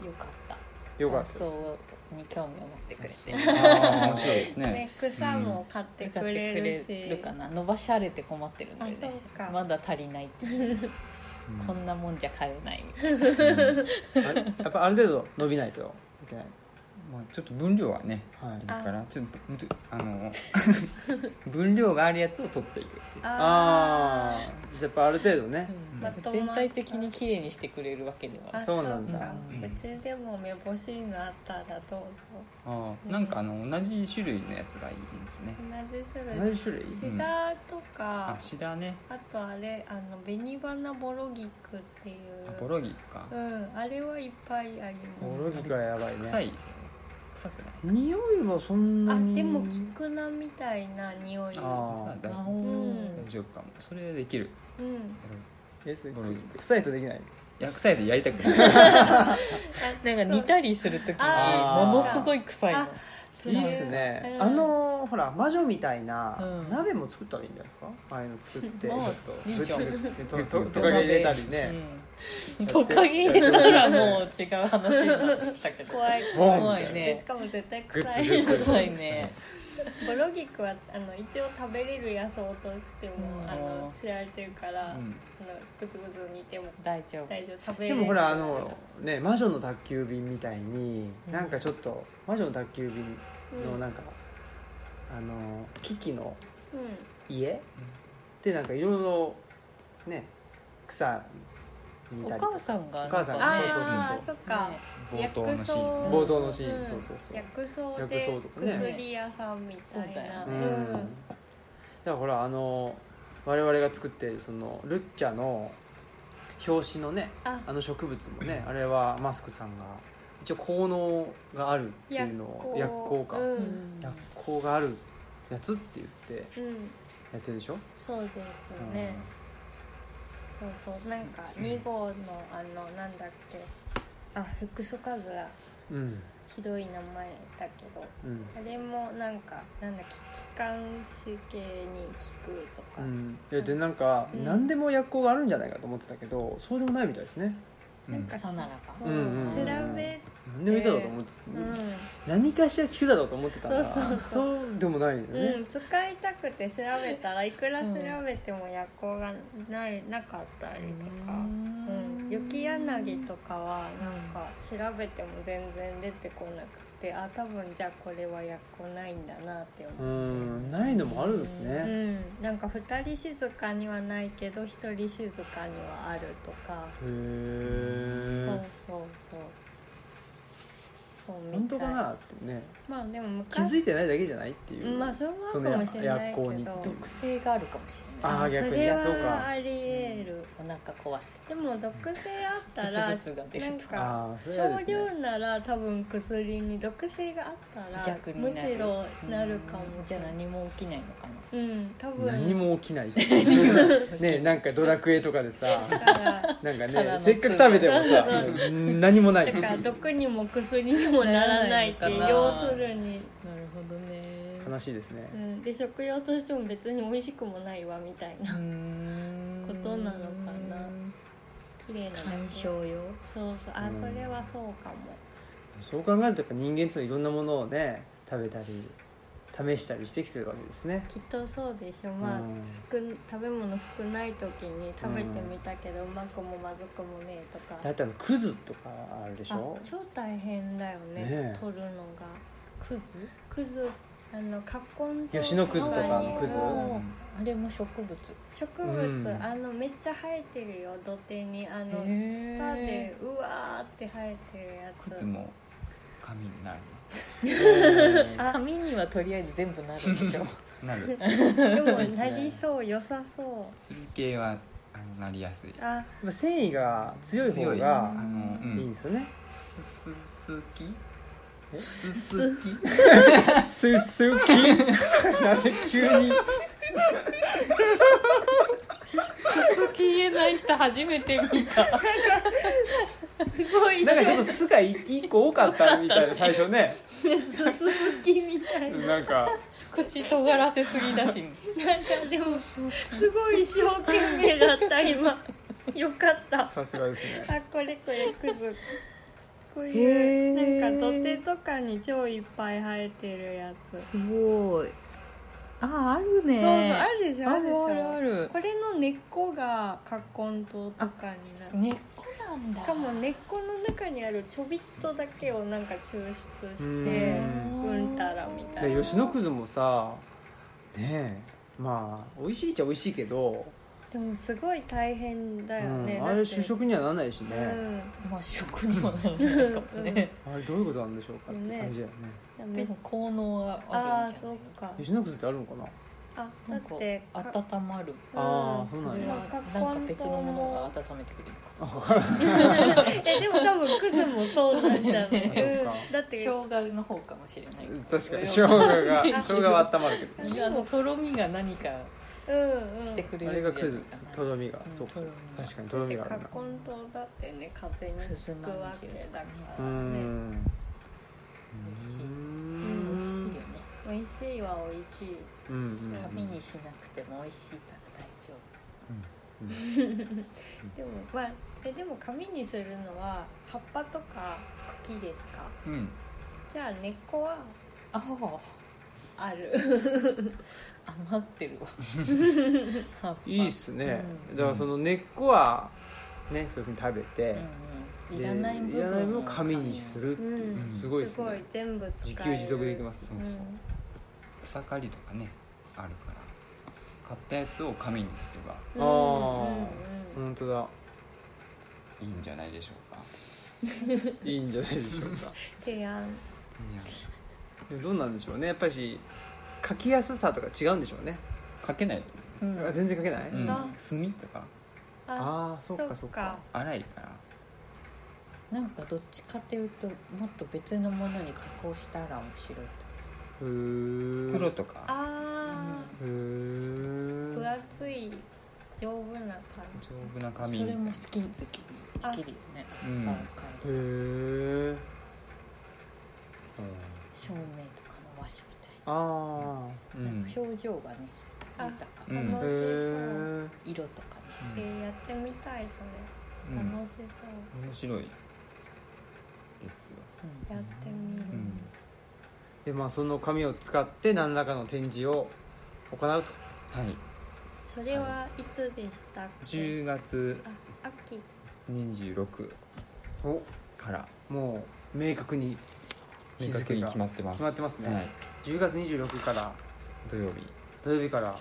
Speaker 4: うん
Speaker 3: よかった
Speaker 1: よかったです
Speaker 3: そうに興味を持ってくれて
Speaker 4: ああ面白いですね
Speaker 2: ね草も買って
Speaker 3: 使
Speaker 2: く
Speaker 3: って
Speaker 2: れ
Speaker 3: く
Speaker 2: る
Speaker 3: れ
Speaker 2: し
Speaker 3: るかな伸ばしゃれて困ってるんだよね
Speaker 2: あそうか
Speaker 3: まだ足りないって
Speaker 4: うん
Speaker 3: こんなもんじゃ買えないみたいな
Speaker 1: あやっぱある程度伸びないといけない
Speaker 4: まあ、ちょっと分量はね
Speaker 1: はい
Speaker 4: だからちょっとむず [laughs] あの分量があるやつを取っていくっていう
Speaker 1: ああじゃあやっぱある程度ね、
Speaker 3: うん
Speaker 2: まとまった
Speaker 3: 全体的に綺麗にしてくれるわけで
Speaker 2: あ
Speaker 3: は
Speaker 1: そうなんだ
Speaker 2: か
Speaker 4: うん
Speaker 2: うちでも目星のあったらどうぞ
Speaker 4: ああなんかあの同じ種類のやつがいいんですね
Speaker 2: 同じ種類
Speaker 1: 同じ種類
Speaker 2: シダとか、
Speaker 4: あシダね
Speaker 2: あとあれあの紅花ボロギクっていう
Speaker 4: あボロギか
Speaker 2: うんあれはいっぱいあり
Speaker 1: ボ
Speaker 2: ま
Speaker 1: ロギクはやばいね
Speaker 4: 臭いでしょ臭くない
Speaker 1: 匂いはそんな
Speaker 2: す
Speaker 1: に
Speaker 2: あでも菊菜みたいな匂い
Speaker 1: あ
Speaker 4: じゃあ
Speaker 1: ー
Speaker 4: 大
Speaker 3: あ
Speaker 4: 丈夫
Speaker 2: うん
Speaker 4: 大丈夫かもそれできる
Speaker 2: うん
Speaker 1: えそれ
Speaker 4: ボロギク
Speaker 1: 臭いとできない
Speaker 4: 薬剤でやりたくない
Speaker 3: なんか煮たりする時に
Speaker 2: あ
Speaker 1: ー
Speaker 3: ものすごい臭いの
Speaker 2: あ
Speaker 1: いいっすね、
Speaker 2: うん
Speaker 1: あのほら魔女みたいな
Speaker 3: うん
Speaker 1: 鍋も作ったらいいんじゃないですか、ああいうの作ってちょ
Speaker 3: まあ
Speaker 1: っと
Speaker 3: いい
Speaker 1: グ
Speaker 3: じゃん
Speaker 1: ツグツってと
Speaker 4: グツグツ
Speaker 1: トカゲ入れたりね、
Speaker 3: うんトカゲ入れたらもう違う話になってきたけど
Speaker 2: 怖い
Speaker 1: ボン
Speaker 3: 怖い
Speaker 2: で
Speaker 3: ね
Speaker 2: しかも絶対
Speaker 4: グ
Speaker 2: 臭
Speaker 4: ツ
Speaker 2: い
Speaker 4: グツ
Speaker 3: 臭いね
Speaker 2: ボロギクはあの一応食べれる野草としても、
Speaker 3: うん
Speaker 2: あの知られてるから、
Speaker 4: うん
Speaker 2: あのグツグツ煮ても
Speaker 3: 大丈夫
Speaker 2: 大丈夫食べ
Speaker 1: で
Speaker 2: れる
Speaker 1: もほらあのね魔女の宅急便みたいに、
Speaker 3: うん
Speaker 1: なんかちょっと魔女の宅急便
Speaker 2: う
Speaker 1: の
Speaker 2: ん
Speaker 1: なんか、あのキキの
Speaker 2: うん
Speaker 1: 家ってなんかいろいろね草見
Speaker 3: お
Speaker 1: たりと
Speaker 3: 母
Speaker 1: か
Speaker 3: さんが
Speaker 1: お母さん
Speaker 3: なんかね
Speaker 4: そうそうそう
Speaker 2: ああそっか、
Speaker 3: ね
Speaker 4: 冒頭のシーン
Speaker 1: 冒頭のシーン、
Speaker 2: うん
Speaker 1: そうそうそう
Speaker 2: 薬草で
Speaker 1: 薬草とかね
Speaker 2: 薬屋さんみた
Speaker 3: そうだ
Speaker 2: いな、
Speaker 3: よ
Speaker 1: う
Speaker 3: ね
Speaker 1: ん、だからほらあの我々が作ってるそのルッチャの表紙のね
Speaker 2: あ
Speaker 1: あの植物もねあれはマスクさんが一応効能があるっていうのを薬効か、
Speaker 2: うん、
Speaker 1: 薬効があるやつって言って
Speaker 2: うん
Speaker 1: やってるでしょ、
Speaker 2: そうですよね、そうそうなんか2号のあのなんだっけあフックソカズラ
Speaker 1: うんうん
Speaker 2: ひどい名前だけど
Speaker 1: うん
Speaker 2: あれもなんかなんだっけ気管支系に効くとか、
Speaker 1: うん、いやでなんか、
Speaker 2: うん
Speaker 1: 何でも薬効があるんじゃないかと思ってたけどそうでもないみたいですね
Speaker 4: うん
Speaker 2: なんか
Speaker 3: 草ならば
Speaker 2: そう、
Speaker 1: うんうんうん
Speaker 2: 調べ
Speaker 1: 何でもいいだろうと思って、
Speaker 2: うん、うん
Speaker 1: 何かしら聞くだろうと思ってたら
Speaker 2: そうそうそう
Speaker 1: そうでもないよね、
Speaker 2: 使いたくて調べたらいくら調べても薬効がないなかったりとか、うん、雪柳とかはなんか調べても全然出てこなくてあ多分じゃあこれは薬効ないんだなって思
Speaker 1: う
Speaker 2: う、
Speaker 1: んないのもあるんです
Speaker 2: う
Speaker 1: ね、
Speaker 2: ん、なんか2人静かにはないけど1人静かにはあるとか、
Speaker 1: へ
Speaker 2: そう
Speaker 1: え
Speaker 2: そうそうそうみたい
Speaker 1: 本当かなってね
Speaker 2: まあでも
Speaker 1: 気
Speaker 2: 昔
Speaker 1: づいてないだけじゃないっていう、
Speaker 2: まあそれもあるかもしれないけ
Speaker 1: そ
Speaker 2: ど
Speaker 1: の薬効に
Speaker 3: 毒性があるかもしれない
Speaker 1: あー逆に
Speaker 2: それ
Speaker 1: そうか
Speaker 2: はありえる、
Speaker 3: お腹壊す
Speaker 2: で
Speaker 3: と
Speaker 2: も毒性あった
Speaker 3: か
Speaker 2: ら
Speaker 3: ブツブツが出るとか
Speaker 2: なんか
Speaker 1: ああそれは
Speaker 2: 少
Speaker 1: です
Speaker 2: 量
Speaker 1: ね
Speaker 2: なら多分薬に毒性があったら
Speaker 3: 逆に
Speaker 2: む
Speaker 3: なる
Speaker 2: しろなるかも
Speaker 3: うん
Speaker 2: し
Speaker 3: じゃ
Speaker 2: れ
Speaker 3: あ
Speaker 2: ない
Speaker 3: 何も起きないのか
Speaker 2: うん多分
Speaker 1: 何も起きない
Speaker 2: [laughs]
Speaker 1: ねなんかドラクエとかでさ
Speaker 2: だから
Speaker 1: なんか
Speaker 3: た
Speaker 1: ね
Speaker 3: だの
Speaker 1: せっかく食べてもさ
Speaker 2: [laughs] そう
Speaker 1: うん何もない
Speaker 2: だから毒にも薬にもならないって
Speaker 3: ならないのかな
Speaker 2: 要するに、
Speaker 3: ななるほどね
Speaker 1: 悲しいですね
Speaker 2: うん、で食用としても別に美味しくもないわみたい
Speaker 3: [laughs]
Speaker 2: なことなのかな綺麗な毒
Speaker 3: 鑑賞用
Speaker 2: そうそうあ
Speaker 1: うん
Speaker 2: それはそうかも
Speaker 1: そう考えるとやっぱ人間っていうのはいろんなものをね食べたり試したりしてきてるわけですね
Speaker 2: きっとそうでしょまあ、
Speaker 1: うん
Speaker 2: 少ん食べ物少ない時に食べてみたけど、うまくもまずくもねえとか
Speaker 1: だってあのクズとかあるでし
Speaker 2: あ
Speaker 1: ょ
Speaker 2: 超大変だよね
Speaker 1: ねえ
Speaker 2: 取るのが
Speaker 3: クズ
Speaker 2: クズあのカッコンと
Speaker 1: 吉野クズとかのクズ
Speaker 2: も
Speaker 3: あれも植物
Speaker 2: 植物、
Speaker 1: うん
Speaker 2: あのめっちゃ生えてるよ土手にあの
Speaker 3: へえ
Speaker 2: ツタでうわーって生えてるや
Speaker 4: 靴
Speaker 2: つ
Speaker 4: も紙になる
Speaker 1: うん
Speaker 2: あ
Speaker 3: 紙にはとりあえず全部なるでしょ
Speaker 4: なる
Speaker 2: でも
Speaker 1: いいです
Speaker 2: な
Speaker 1: ね
Speaker 2: りそう良さそう
Speaker 4: つる系はあのなりやすい
Speaker 2: あ
Speaker 1: やっぱ繊維が強い
Speaker 4: 強
Speaker 1: 方
Speaker 4: い
Speaker 1: が
Speaker 4: あのう
Speaker 1: いいん
Speaker 4: ん
Speaker 1: ですよね。
Speaker 4: すすすき
Speaker 1: え
Speaker 4: すすき
Speaker 1: すすきなんで急に
Speaker 3: 続き言えない人初めて見た
Speaker 2: すごい
Speaker 1: なんかちょっとすがい一個多かったみたいな最初ね。
Speaker 2: すすきみたいな
Speaker 1: なんか
Speaker 3: 口尖らせすぎだし
Speaker 2: なんかでもすごい一生懸命だった今よかった
Speaker 1: さすがですね。
Speaker 2: あこれこれクズこう
Speaker 3: へ
Speaker 2: い
Speaker 3: ー
Speaker 2: うなんか土手とかに超いっぱい生えてるやつ、そう
Speaker 3: すごいああ
Speaker 2: そ
Speaker 3: る
Speaker 2: うあるでしょ
Speaker 3: あ
Speaker 2: るでし
Speaker 3: る
Speaker 2: ょ
Speaker 3: あるある
Speaker 2: これの根っこが葛根糖とかになる
Speaker 3: 根っこなんだ
Speaker 2: しかも根っこの中にあるちょびっとだけをなんか抽出
Speaker 1: う
Speaker 2: して
Speaker 1: ん
Speaker 2: うんたらみたい
Speaker 1: で
Speaker 2: な
Speaker 1: 吉野くずもさねえまあ美味しいっちゃ美味しいけど
Speaker 2: でもすごい大変だよね、
Speaker 1: う
Speaker 2: だ
Speaker 1: ん、あ
Speaker 2: って
Speaker 1: れ主食にはならないし
Speaker 2: う
Speaker 1: ね、
Speaker 2: ん
Speaker 3: まあ食にもならないかもね
Speaker 1: あれどういうことなんでしょうかって感じだよね
Speaker 3: で
Speaker 2: で
Speaker 3: も効能はあ
Speaker 2: あ
Speaker 3: る
Speaker 2: あ
Speaker 3: んじゃ
Speaker 2: そ
Speaker 3: な
Speaker 2: っ
Speaker 3: い
Speaker 2: か
Speaker 1: 吉野靴ってあるのかな
Speaker 2: あだ
Speaker 3: なん
Speaker 2: っ
Speaker 3: か
Speaker 2: てか
Speaker 3: 温まる
Speaker 1: あー
Speaker 2: うん
Speaker 1: そう
Speaker 3: そ
Speaker 1: なん
Speaker 3: れ
Speaker 1: や
Speaker 3: はなんか別のものが温めてくれるかな
Speaker 2: [laughs] えでも多分クズもそうなんじゃない、
Speaker 1: そうだよね
Speaker 2: うん
Speaker 1: そっか
Speaker 2: だって
Speaker 3: 生姜の方かもしれない
Speaker 1: 確かに生
Speaker 3: それ
Speaker 1: 姜
Speaker 3: を [laughs]
Speaker 1: が生姜は温まるけ
Speaker 2: 姜
Speaker 3: あのとろみが何か
Speaker 2: うんうん
Speaker 3: してくれ
Speaker 1: どあれ
Speaker 3: る
Speaker 1: が
Speaker 3: んじゃな
Speaker 1: クズ
Speaker 3: いか
Speaker 1: と
Speaker 3: な
Speaker 1: ろみが、
Speaker 3: うん
Speaker 1: そうか
Speaker 3: と
Speaker 1: そ
Speaker 3: ろ
Speaker 1: う
Speaker 3: みが
Speaker 1: 確かにとろみがあるな
Speaker 2: コントだってね風に
Speaker 3: ふず
Speaker 2: 吹く
Speaker 3: ま
Speaker 2: わ
Speaker 3: んじ
Speaker 2: け
Speaker 3: ゅうと
Speaker 2: だ
Speaker 3: か
Speaker 2: か
Speaker 3: ね
Speaker 1: う
Speaker 2: らね
Speaker 1: ん
Speaker 3: 美味しい
Speaker 1: うん
Speaker 3: 美味しいよね
Speaker 2: 美味しいは美味しい
Speaker 1: うんうん
Speaker 3: 紙にしなくても美味しいから大丈夫
Speaker 2: でもまあえでも紙にするのは葉っぱとか茎ですか
Speaker 4: うん
Speaker 2: じゃあ根っこは
Speaker 3: あ
Speaker 2: ある
Speaker 3: あ余ってるわ
Speaker 1: [laughs] いいっすね、
Speaker 3: う
Speaker 1: だからその根っこはねそういうふうに食べて、
Speaker 3: うんうん、
Speaker 1: で
Speaker 3: いらない部分を
Speaker 1: らない分を紙にするっていう、
Speaker 2: うん
Speaker 1: すごいです
Speaker 2: すごい
Speaker 1: ね
Speaker 2: 全部使える
Speaker 1: 自給自足できますね
Speaker 4: そうそう草刈りとかねあるから買ったやつを紙にすれば
Speaker 2: うん
Speaker 1: あー
Speaker 2: うんうん
Speaker 1: 本当だ
Speaker 4: いいんじゃないでしょうか
Speaker 1: いいんじゃないでしょうか
Speaker 2: 提案
Speaker 4: いや
Speaker 1: でもどうなんでしょうねやっぱりし書きやすさとか違うんでしょうね、
Speaker 4: 書けない、
Speaker 3: うん
Speaker 1: あ全然書けない、
Speaker 4: うん
Speaker 2: あ、
Speaker 4: 墨とか
Speaker 2: あ
Speaker 1: ああそっかそっか
Speaker 4: 粗いから
Speaker 3: なんかどっちかっていうともっと別のものに加工したら面白いと、
Speaker 1: ふー
Speaker 4: 袋
Speaker 1: ふ
Speaker 4: とか
Speaker 2: あー
Speaker 1: ー
Speaker 2: 分厚い丈夫な感じ
Speaker 4: 丈夫な紙
Speaker 3: それも好き好きできるよね
Speaker 4: あ
Speaker 3: 厚さを
Speaker 1: へ
Speaker 3: 変える
Speaker 1: ー
Speaker 3: 照明とかの和紙みたい
Speaker 1: あ
Speaker 4: うん
Speaker 3: な,、なんか表情がね
Speaker 2: あ
Speaker 3: 豊か、
Speaker 4: う
Speaker 2: 楽
Speaker 4: ん
Speaker 2: し
Speaker 1: あ
Speaker 2: そう
Speaker 1: へ、え
Speaker 3: 色とかね
Speaker 4: う
Speaker 2: え
Speaker 4: ん
Speaker 2: ーやってみたいそれ、
Speaker 4: うん
Speaker 2: 楽し
Speaker 4: 面白いですよ、
Speaker 2: そうやってみる、
Speaker 4: うん
Speaker 1: でまあその紙を使って何らかの展示を行うと
Speaker 4: はい
Speaker 2: それはいつでしたっけ
Speaker 4: 10月
Speaker 2: あ秋
Speaker 4: 26
Speaker 1: お
Speaker 4: から
Speaker 1: もう明確に
Speaker 4: 明
Speaker 1: 日
Speaker 4: 確
Speaker 1: 付
Speaker 4: に
Speaker 1: が
Speaker 4: 決まってます
Speaker 1: 決まってますね、
Speaker 4: はい、
Speaker 1: 10月26日から
Speaker 4: 土曜日
Speaker 1: 土曜日から
Speaker 4: は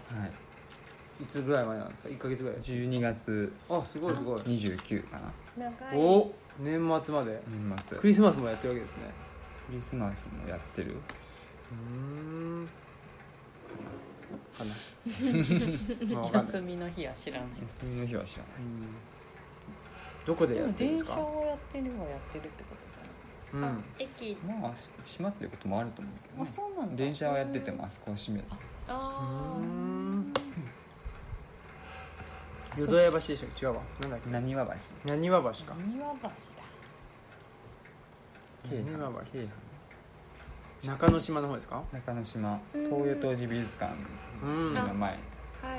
Speaker 4: い
Speaker 1: いつぐらいまでなんですか1か月ぐらい
Speaker 4: 12月
Speaker 1: あすごいすごい
Speaker 4: 29かな
Speaker 2: 長い
Speaker 1: お年末まで
Speaker 4: 年末
Speaker 1: ク
Speaker 4: ク
Speaker 1: リスマスもやってるわけですね
Speaker 4: リスマスもやってる
Speaker 1: うーん [laughs] かなまあわかんない
Speaker 3: 休みの日は知らない
Speaker 4: 休みの日は知らない
Speaker 1: うんどこで
Speaker 3: で
Speaker 1: や
Speaker 3: も
Speaker 1: ってるんで
Speaker 3: 電
Speaker 1: すか
Speaker 3: 車をやってるはやってるってことじゃな
Speaker 1: う
Speaker 3: い
Speaker 1: ん
Speaker 2: あ駅
Speaker 4: まあし閉まってることもあると思うけど、
Speaker 3: あそうなんだ
Speaker 4: 電車はやっててもあそこは閉め
Speaker 2: あ
Speaker 1: うーん
Speaker 3: あそ
Speaker 1: 淀
Speaker 3: う
Speaker 1: 屋橋でしょ違うわなんだっけ
Speaker 4: なにわ橋
Speaker 1: 何和橋か
Speaker 3: 浪速橋だ
Speaker 1: 京阪
Speaker 4: 阪京阪
Speaker 1: 中之島の方ですか
Speaker 4: 中之島
Speaker 2: うん
Speaker 4: 東洋当時美術館
Speaker 1: うん
Speaker 4: の前
Speaker 2: あは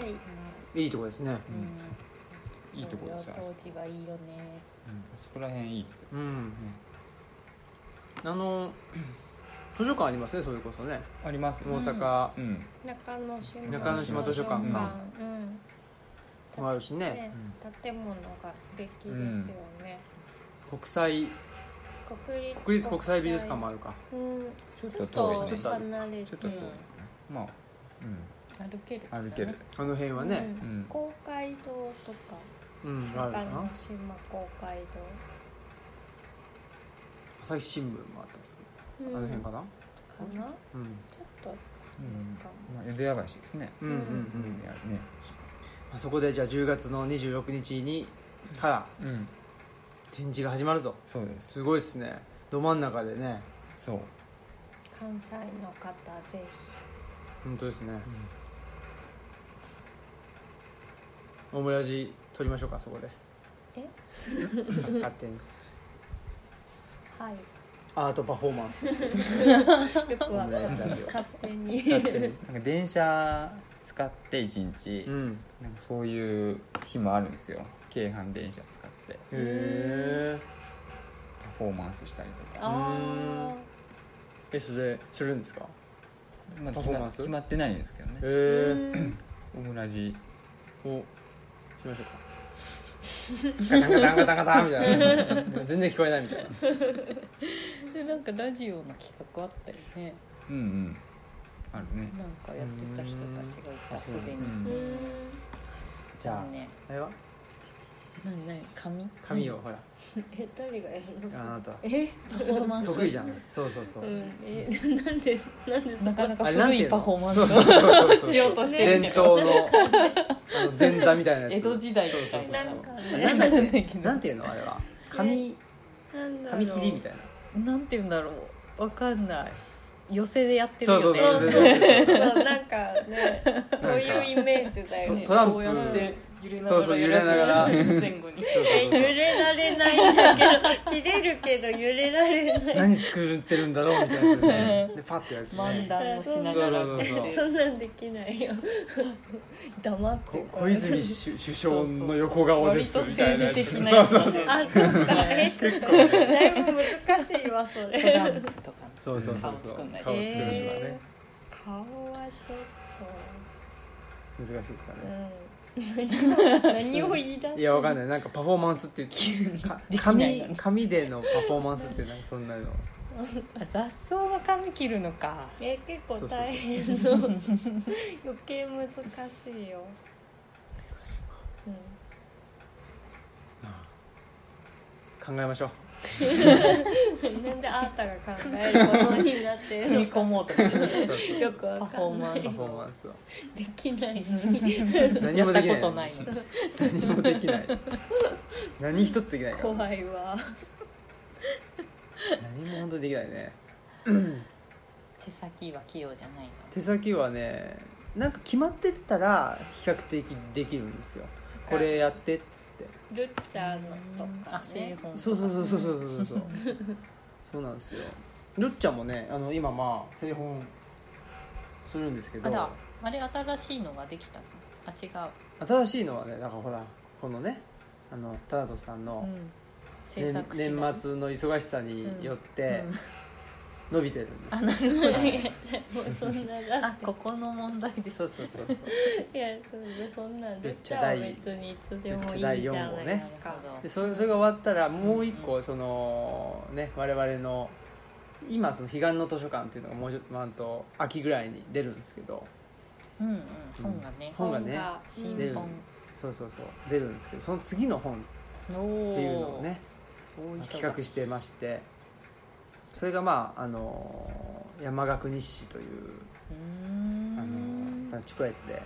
Speaker 2: い
Speaker 1: いいとこですね
Speaker 3: うん、
Speaker 4: いいところですあ
Speaker 3: 東洋
Speaker 4: そ
Speaker 3: 当時はいいよね
Speaker 4: うんあそこら辺いいですよ、
Speaker 1: うん
Speaker 4: ね
Speaker 1: あの図書館ありますねそれこそね
Speaker 4: あります
Speaker 1: 大阪
Speaker 4: うん、うん
Speaker 2: 中之島
Speaker 1: 中
Speaker 4: 之島図書館
Speaker 2: 図うん
Speaker 1: もあるしね
Speaker 2: ね建物が素敵ですよね、
Speaker 1: 国際
Speaker 2: 国立
Speaker 1: 国立国際美術館もあるか
Speaker 2: うん
Speaker 4: ちょっ
Speaker 2: ちょ
Speaker 4: と
Speaker 2: っと
Speaker 4: 遠いね
Speaker 1: ちょっとある
Speaker 2: 離れ
Speaker 4: ちょ
Speaker 2: て
Speaker 4: っと遠いね、まあ
Speaker 3: 歩ける、
Speaker 4: うん歩ける、
Speaker 1: あの辺はね
Speaker 2: う
Speaker 4: うんん
Speaker 2: 公会堂とか
Speaker 1: うんあるか
Speaker 2: 中
Speaker 1: な
Speaker 2: 之島公会
Speaker 1: 朝日新聞もあったんですけ
Speaker 2: 堂、
Speaker 1: どあの辺かな
Speaker 2: かな
Speaker 1: うん
Speaker 2: ちょっと
Speaker 4: うんまあ、淀屋橋ですね、
Speaker 1: うんうんう
Speaker 4: うんん、やるね
Speaker 1: あそこでじゃあ10月の26日にから
Speaker 4: うん
Speaker 1: 展示が始まると
Speaker 4: そうです
Speaker 1: すごいっすねど真ん中でね
Speaker 4: そう、
Speaker 2: 関西の方ぜ
Speaker 1: 本当ですね、オムラジ撮りましょうかそこで [laughs]
Speaker 2: ひえ
Speaker 1: 勝手に
Speaker 2: はい
Speaker 1: アートパフォーマンス
Speaker 2: よくわかんな
Speaker 1: [laughs]
Speaker 2: い
Speaker 1: オムライスラジオ
Speaker 2: 勝手に
Speaker 4: なんか電車使って一日、
Speaker 1: うん
Speaker 4: なんかそういう日もあるんですよ京阪電車使って
Speaker 1: へえ
Speaker 4: パフォーマンスしたりとか
Speaker 2: あ
Speaker 1: えそれするんですか
Speaker 4: まあ、
Speaker 1: パ
Speaker 4: 決
Speaker 1: フォーマ
Speaker 4: ま
Speaker 1: ンス
Speaker 4: 決まってないんですけど
Speaker 2: ー
Speaker 4: ね
Speaker 1: へえ
Speaker 2: うん
Speaker 4: オムラジ
Speaker 1: おしましょうかガタンガタンガタンガタンみ [laughs] たいな全然聞こえないみたいな
Speaker 3: でなんかラジオの企画あったよね
Speaker 4: うんうんあるね
Speaker 3: なんかやってた人たちがいたすでに、
Speaker 4: う
Speaker 2: うん
Speaker 4: ん
Speaker 1: じゃあ、
Speaker 3: ね
Speaker 1: あれは
Speaker 3: 何何紙
Speaker 1: 髪をほら
Speaker 2: え誰がやる
Speaker 1: あ
Speaker 2: の
Speaker 1: なた
Speaker 2: え、、
Speaker 3: パフォーマンス
Speaker 1: 得意じゃんそうそうそううん
Speaker 2: えなんでなんでそ
Speaker 3: なかなか
Speaker 1: あれなんて
Speaker 3: 古
Speaker 1: い
Speaker 3: いう
Speaker 1: の
Speaker 3: パフォーマンス
Speaker 1: そう
Speaker 3: を
Speaker 1: そうそうそう
Speaker 3: [laughs] しようとしてるけ
Speaker 1: 伝
Speaker 3: ど
Speaker 1: 統のあの前座みたいなやつ
Speaker 3: 江戸時代みたい
Speaker 1: そう
Speaker 3: な
Speaker 1: そう
Speaker 2: なん
Speaker 1: そ
Speaker 2: か
Speaker 1: う
Speaker 2: ね
Speaker 1: なんだっけなんていうのあれは髪
Speaker 2: なんだろう
Speaker 1: 髪切りみたいな
Speaker 3: なんて言うんだろうわかんない寄せでやってる
Speaker 1: そう
Speaker 3: よね
Speaker 1: そうそう全
Speaker 2: そう
Speaker 1: 然
Speaker 2: そうなんかねそういうイメージだよ
Speaker 3: ね
Speaker 1: トランプ
Speaker 3: こうやって揺れなが
Speaker 1: そう
Speaker 3: ら
Speaker 1: そう
Speaker 3: やらず
Speaker 1: 揺れなが
Speaker 3: 前後に
Speaker 1: そうそう
Speaker 2: え揺
Speaker 1: そう
Speaker 2: れられないんだけど切れるけど揺れられない
Speaker 1: 何作ってるんだろうみたいなやつででパッてやると
Speaker 3: [laughs] 漫
Speaker 1: ね
Speaker 3: 談をしながら
Speaker 1: そうそうそう
Speaker 2: そんなんできないよ黙って
Speaker 1: こ小泉首首相の横顔ですみたいなや
Speaker 3: 割と
Speaker 1: つ
Speaker 3: 政治的なやつ
Speaker 1: そう
Speaker 3: だ
Speaker 1: そう
Speaker 3: ね
Speaker 1: そう
Speaker 2: あそっかえ
Speaker 1: 結構
Speaker 2: だいぶ難しいわそ
Speaker 3: ト
Speaker 2: れ
Speaker 3: ランプとかの
Speaker 1: そうそうそうそう
Speaker 3: 顔作んない
Speaker 1: 顔作るのはね
Speaker 2: 顔はちょっ
Speaker 1: 難しいですか
Speaker 2: と、う
Speaker 1: ね
Speaker 2: ん、何を何を言い出す
Speaker 1: いやわかんないなんかパフォーマンスっていうか
Speaker 3: できない
Speaker 1: 紙
Speaker 3: のね
Speaker 1: 紙でのパフォーマンスってなんかそんなの
Speaker 3: あ雑草が髪切るの [laughs] か
Speaker 2: え結構大変の余計難しいよ、
Speaker 1: 難しいか
Speaker 2: うん、
Speaker 1: 考えましょう
Speaker 2: なんであなたが考えることになって
Speaker 3: 踏
Speaker 2: る
Speaker 3: み込もうとして
Speaker 1: そうそう
Speaker 2: のよくわ
Speaker 3: パフ
Speaker 2: か
Speaker 3: ォー
Speaker 2: んな
Speaker 3: マン
Speaker 2: い
Speaker 1: [laughs] パ
Speaker 3: ス
Speaker 1: フォーマンス
Speaker 3: [laughs]
Speaker 1: を
Speaker 2: できない
Speaker 1: 何
Speaker 3: や
Speaker 1: も
Speaker 3: っ
Speaker 1: で
Speaker 3: た
Speaker 1: き
Speaker 3: こ
Speaker 1: ない
Speaker 3: とないの
Speaker 1: 何もできない
Speaker 3: [laughs]
Speaker 1: 何一つできないから、
Speaker 2: 怖いわ
Speaker 1: 何も本当にできないね
Speaker 3: 手先は器用じゃないの
Speaker 1: 手先はねなんか決まってったら比較的できるんですよこれやってっつって
Speaker 2: ルッチャーのとか
Speaker 3: あ製
Speaker 2: ね
Speaker 3: 本
Speaker 1: そうそうそうそうそうそうそ
Speaker 3: [laughs]
Speaker 1: うそうなんですよルッチャもねあの今まあ製本するんですけ
Speaker 3: あら
Speaker 1: ど
Speaker 3: あれ新しいのができたのあ違う、
Speaker 1: 新しいのはねだからほらこのねあのタナトさんの
Speaker 3: うん、制
Speaker 1: 年,、
Speaker 3: 作次第
Speaker 1: 年末の忙しさによって
Speaker 3: うん
Speaker 1: 伸びてるんです、
Speaker 3: あなるほ
Speaker 2: 間 [laughs]
Speaker 3: ど
Speaker 2: 違えたもうそんなだ
Speaker 3: あ
Speaker 2: って
Speaker 3: ここの問題です [laughs]
Speaker 1: そうそうそうそう
Speaker 2: いやそんな
Speaker 1: ル
Speaker 2: ル
Speaker 1: ッ
Speaker 2: ッ
Speaker 1: チ
Speaker 2: チ
Speaker 1: ャ
Speaker 2: ャ
Speaker 1: 第
Speaker 2: ーは別にいつで
Speaker 1: ル
Speaker 2: もいいじゃない
Speaker 1: ッチャ第四号ね
Speaker 2: ですか、
Speaker 1: でそれそれが終わったらもう一個そのね我々の今その彼岸の図書館っていうのがもうちょっと、まあ、あと秋ぐらいに出るんですけど
Speaker 3: うんうん本がね
Speaker 1: 本がね
Speaker 2: さ
Speaker 3: 新
Speaker 1: 出る
Speaker 3: 本
Speaker 1: そうそうそう出るんですけどその次の本っ
Speaker 3: おー
Speaker 1: ていうのをね
Speaker 3: 大忙し
Speaker 1: 企画してましてそれがまああの山岳日誌という
Speaker 3: うー
Speaker 1: あ
Speaker 3: ん
Speaker 1: のちっこいやつで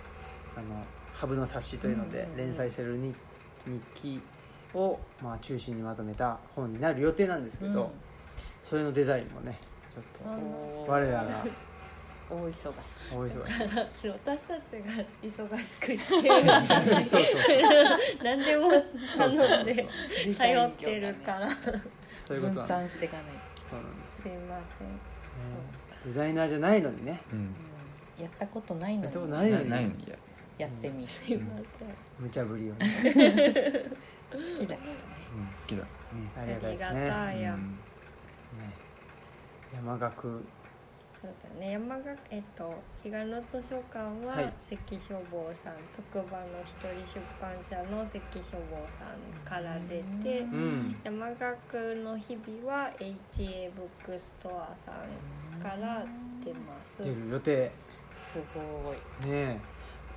Speaker 1: あのハブの冊子というの
Speaker 3: うん
Speaker 1: で
Speaker 3: うんうん
Speaker 1: 連載してる日日記を、まあ、中心にまとめた本になる予定なんですけど、それのデザインもねちょっと
Speaker 2: そんな
Speaker 1: 我らが
Speaker 3: うん大忙し
Speaker 1: 大
Speaker 2: [laughs]
Speaker 1: 忙しい
Speaker 2: 私たちが忙しくしてる
Speaker 1: そうそうそう
Speaker 2: 何でも
Speaker 1: そうそうそうそ
Speaker 2: 頼ん
Speaker 1: う
Speaker 2: で
Speaker 1: [laughs]
Speaker 2: 頼ってるから
Speaker 1: そういうこと
Speaker 3: 分
Speaker 1: なんで
Speaker 3: 散
Speaker 1: す
Speaker 3: していかないと、
Speaker 1: そうなんです
Speaker 2: すいません
Speaker 1: デザイナーじゃないのにね
Speaker 4: うん
Speaker 3: うんやったことないの
Speaker 1: やったこと
Speaker 3: に
Speaker 1: ないのに
Speaker 4: ないのにやる
Speaker 3: やってみる、
Speaker 2: すいません
Speaker 1: 無茶ぶりをね
Speaker 3: 好きだからね
Speaker 4: うん好きだね
Speaker 1: ありがたいです
Speaker 2: あり
Speaker 1: ね
Speaker 2: がたいや
Speaker 4: うん
Speaker 1: ね山岳
Speaker 2: そうだね山がえっと彼岸の図書館は
Speaker 1: はい
Speaker 2: 関書房さん、つくばの一人出版社の関書房さんから出て、
Speaker 3: うん
Speaker 1: うん
Speaker 2: 山岳の日々は HA ブックストアさんから出ます。
Speaker 1: 出る予定
Speaker 3: すごい
Speaker 1: ね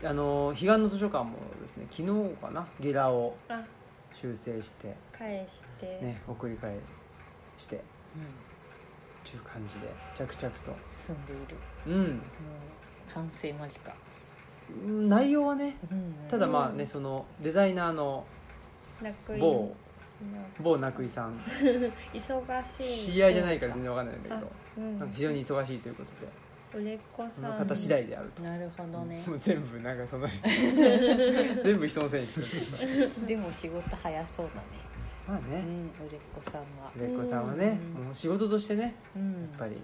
Speaker 1: えあの彼岸の図書館もですね昨日かなゲラを
Speaker 2: あ
Speaker 1: 修正して
Speaker 2: 返して、
Speaker 1: ね送り返してっ
Speaker 3: うん
Speaker 1: ていう感じで着々と
Speaker 3: 進んでいる
Speaker 1: うん
Speaker 3: もう完成間近、
Speaker 1: うん内容はね
Speaker 3: うん
Speaker 1: ただまあねそのデザイナーの
Speaker 2: 楽園
Speaker 1: 某
Speaker 2: の
Speaker 1: 某涌井さん
Speaker 2: 忙しい
Speaker 1: 知り合いじゃないから全然わかんないんだけど
Speaker 2: う
Speaker 1: なんか
Speaker 2: ん
Speaker 1: 非常に忙しいということで
Speaker 2: 売れっ子
Speaker 1: そ
Speaker 2: さ
Speaker 1: の
Speaker 2: ん
Speaker 1: 方次第であると、
Speaker 3: なるほどね
Speaker 1: もう [laughs] 全部なんかその人全部人のせいにするというか
Speaker 3: でも仕事早そうだね
Speaker 1: まあ
Speaker 3: う
Speaker 1: ね
Speaker 3: ん売れっ子さんは
Speaker 1: 売れっ子さんはね
Speaker 3: うん
Speaker 1: もう仕事としてね
Speaker 3: うん
Speaker 1: やっぱり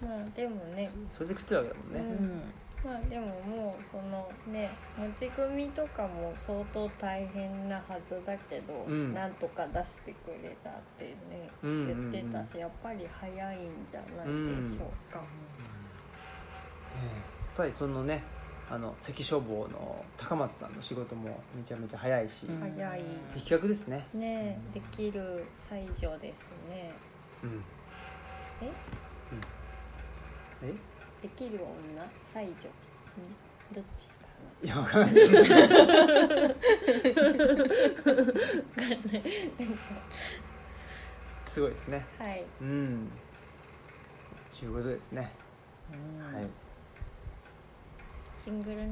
Speaker 2: まあでもね
Speaker 1: そそれで食ってるわけだもん
Speaker 3: う
Speaker 1: ね、
Speaker 3: ん
Speaker 2: まあでももうそのね持ち組みとかも相当大変なはずだけど、
Speaker 1: うん
Speaker 2: なんとか出してくれたってね、
Speaker 1: うんうんうん
Speaker 2: 言ってたしやっぱり早いんじゃないでしょうか、
Speaker 1: ええやっぱりそのねあの関消防の高松さんの仕事もめちゃめちゃ早いし、
Speaker 3: うん
Speaker 2: 早い
Speaker 1: 的確ですね、
Speaker 2: ねえできる最女ですね
Speaker 1: うん、
Speaker 2: え
Speaker 1: え
Speaker 2: できる女最女どっち
Speaker 1: いやわからないすごいですね
Speaker 2: はい
Speaker 1: うんということですね、
Speaker 3: うん
Speaker 1: はい、
Speaker 2: シングル流し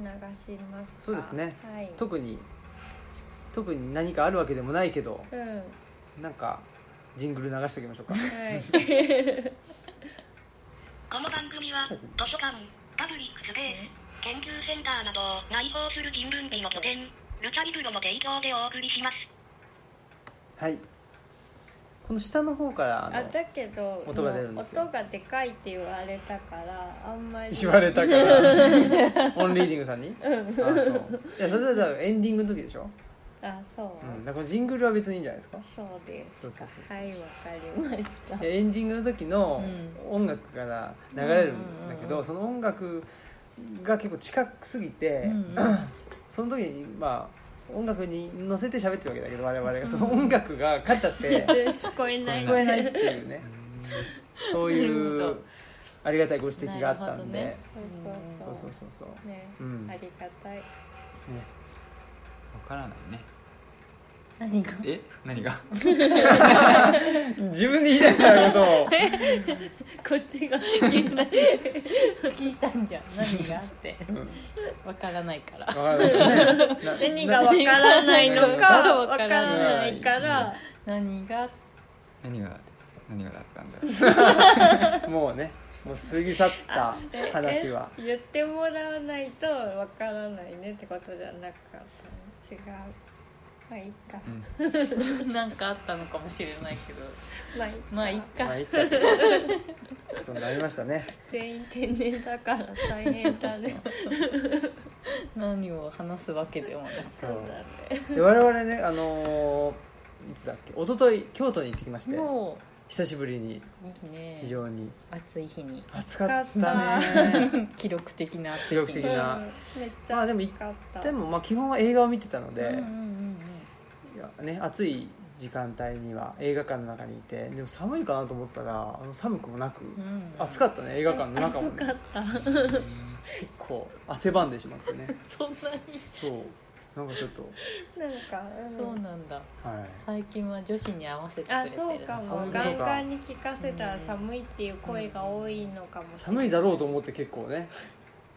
Speaker 2: ますか
Speaker 1: そうですね
Speaker 2: はい
Speaker 1: 特に特に何かあるわけでもないけど
Speaker 2: う
Speaker 1: [laughs]
Speaker 2: んは
Speaker 1: なんかジングル流しておきましょう [laughs] か
Speaker 2: い
Speaker 5: この番組は図書館、パブリックスペース、研究センターなどを内包する人文美の拠点、ルチャリブロの提供でお送りします。
Speaker 1: はいこの下の方からあ
Speaker 2: [laughs] あ
Speaker 1: の
Speaker 2: だけど
Speaker 1: 音が出るんですよ
Speaker 2: 音がでかいって言われたからあんまり
Speaker 1: 言われたから [laughs] オンリーディングさんにあそういやそれだったらエンディングの時でしょ、
Speaker 2: あそう、
Speaker 1: うん、だからこのジングルは別にいいんじゃないですか
Speaker 2: そうです
Speaker 1: そうそうそうそう
Speaker 2: はいわかりました
Speaker 1: いやエンディングの時の音楽から流れるんだけど、
Speaker 3: うんうんうんうん
Speaker 1: その音楽が結構近すぎて、
Speaker 3: うんうん
Speaker 1: その時にまあ音楽に乗せて喋ってるわけだけど我々がその音楽が勝っちゃって
Speaker 3: [laughs]
Speaker 2: 聞こえない
Speaker 1: 聞こえないっていうねそうい
Speaker 3: なる
Speaker 1: う
Speaker 3: ほど
Speaker 1: ありがたいご指摘があったんで、
Speaker 3: なる
Speaker 2: そう
Speaker 1: そう
Speaker 2: そ
Speaker 1: そううそうそう
Speaker 2: そうね、
Speaker 1: うん
Speaker 2: ありがたい
Speaker 1: ね
Speaker 4: からないね
Speaker 3: 何が
Speaker 4: え何が
Speaker 1: 自分で言い出したことを
Speaker 2: こっちが
Speaker 3: 聞いたんじゃん何がって
Speaker 1: うん
Speaker 3: わからないから
Speaker 1: わからないですねな
Speaker 2: 何がわからないのかわ
Speaker 3: わ
Speaker 2: か
Speaker 3: からら
Speaker 2: な
Speaker 1: ないい
Speaker 2: から
Speaker 3: 何が [laughs] って
Speaker 4: [laughs] 何が何がだったんだろ
Speaker 1: [laughs]
Speaker 4: う
Speaker 1: もうねもう過ぎ去った話は
Speaker 2: え言ってもらわないとわからないねってことじゃなかったの違うまあいいか、
Speaker 4: うん
Speaker 3: なんかあったのかもしれないけど
Speaker 2: まあいい
Speaker 3: まあいっ
Speaker 1: ま
Speaker 3: か
Speaker 1: あいい
Speaker 3: [laughs]
Speaker 1: かそうなりましたね
Speaker 2: 全員天然だから大変だ
Speaker 1: [laughs]
Speaker 2: ね
Speaker 3: 何を話すわけでもなく
Speaker 2: そうだね
Speaker 1: で我々ねあのーいつだっけ一昨日京都に行ってきまして
Speaker 3: も
Speaker 1: 久しぶりに
Speaker 3: ういいね
Speaker 1: 非常に
Speaker 3: 暑い日
Speaker 1: [laughs]
Speaker 3: に
Speaker 1: 暑かった
Speaker 3: [laughs]
Speaker 1: ね
Speaker 3: 記録的な暑い日
Speaker 1: 記録的
Speaker 2: う
Speaker 1: い
Speaker 2: ん
Speaker 1: な
Speaker 2: [laughs] めっちゃ
Speaker 1: まあでも
Speaker 2: 暑かった
Speaker 1: でもまあ基本は映画を見てたので、
Speaker 3: うんうんうん
Speaker 1: いやね、暑い時間帯には映画館の中にいてでも寒いかなと思ったらあの寒くもなく、
Speaker 3: うんうん
Speaker 1: 暑かったね映画館の中も、
Speaker 2: 暑か
Speaker 1: ね
Speaker 2: っ、た
Speaker 1: 結構汗ばんでしまってね
Speaker 3: そんなに
Speaker 1: そうなんかちょっと
Speaker 2: なんか、ん
Speaker 3: そうなんだ
Speaker 1: はい
Speaker 3: 最近は女子に合わせてく
Speaker 2: あ
Speaker 3: れてる
Speaker 2: そうか
Speaker 1: そうい
Speaker 2: も
Speaker 1: うこと
Speaker 2: ガ
Speaker 1: か
Speaker 2: ンガンに聞かせたら寒いっていう声が多いのかもしれな
Speaker 1: 寒いだろうと思って結構ね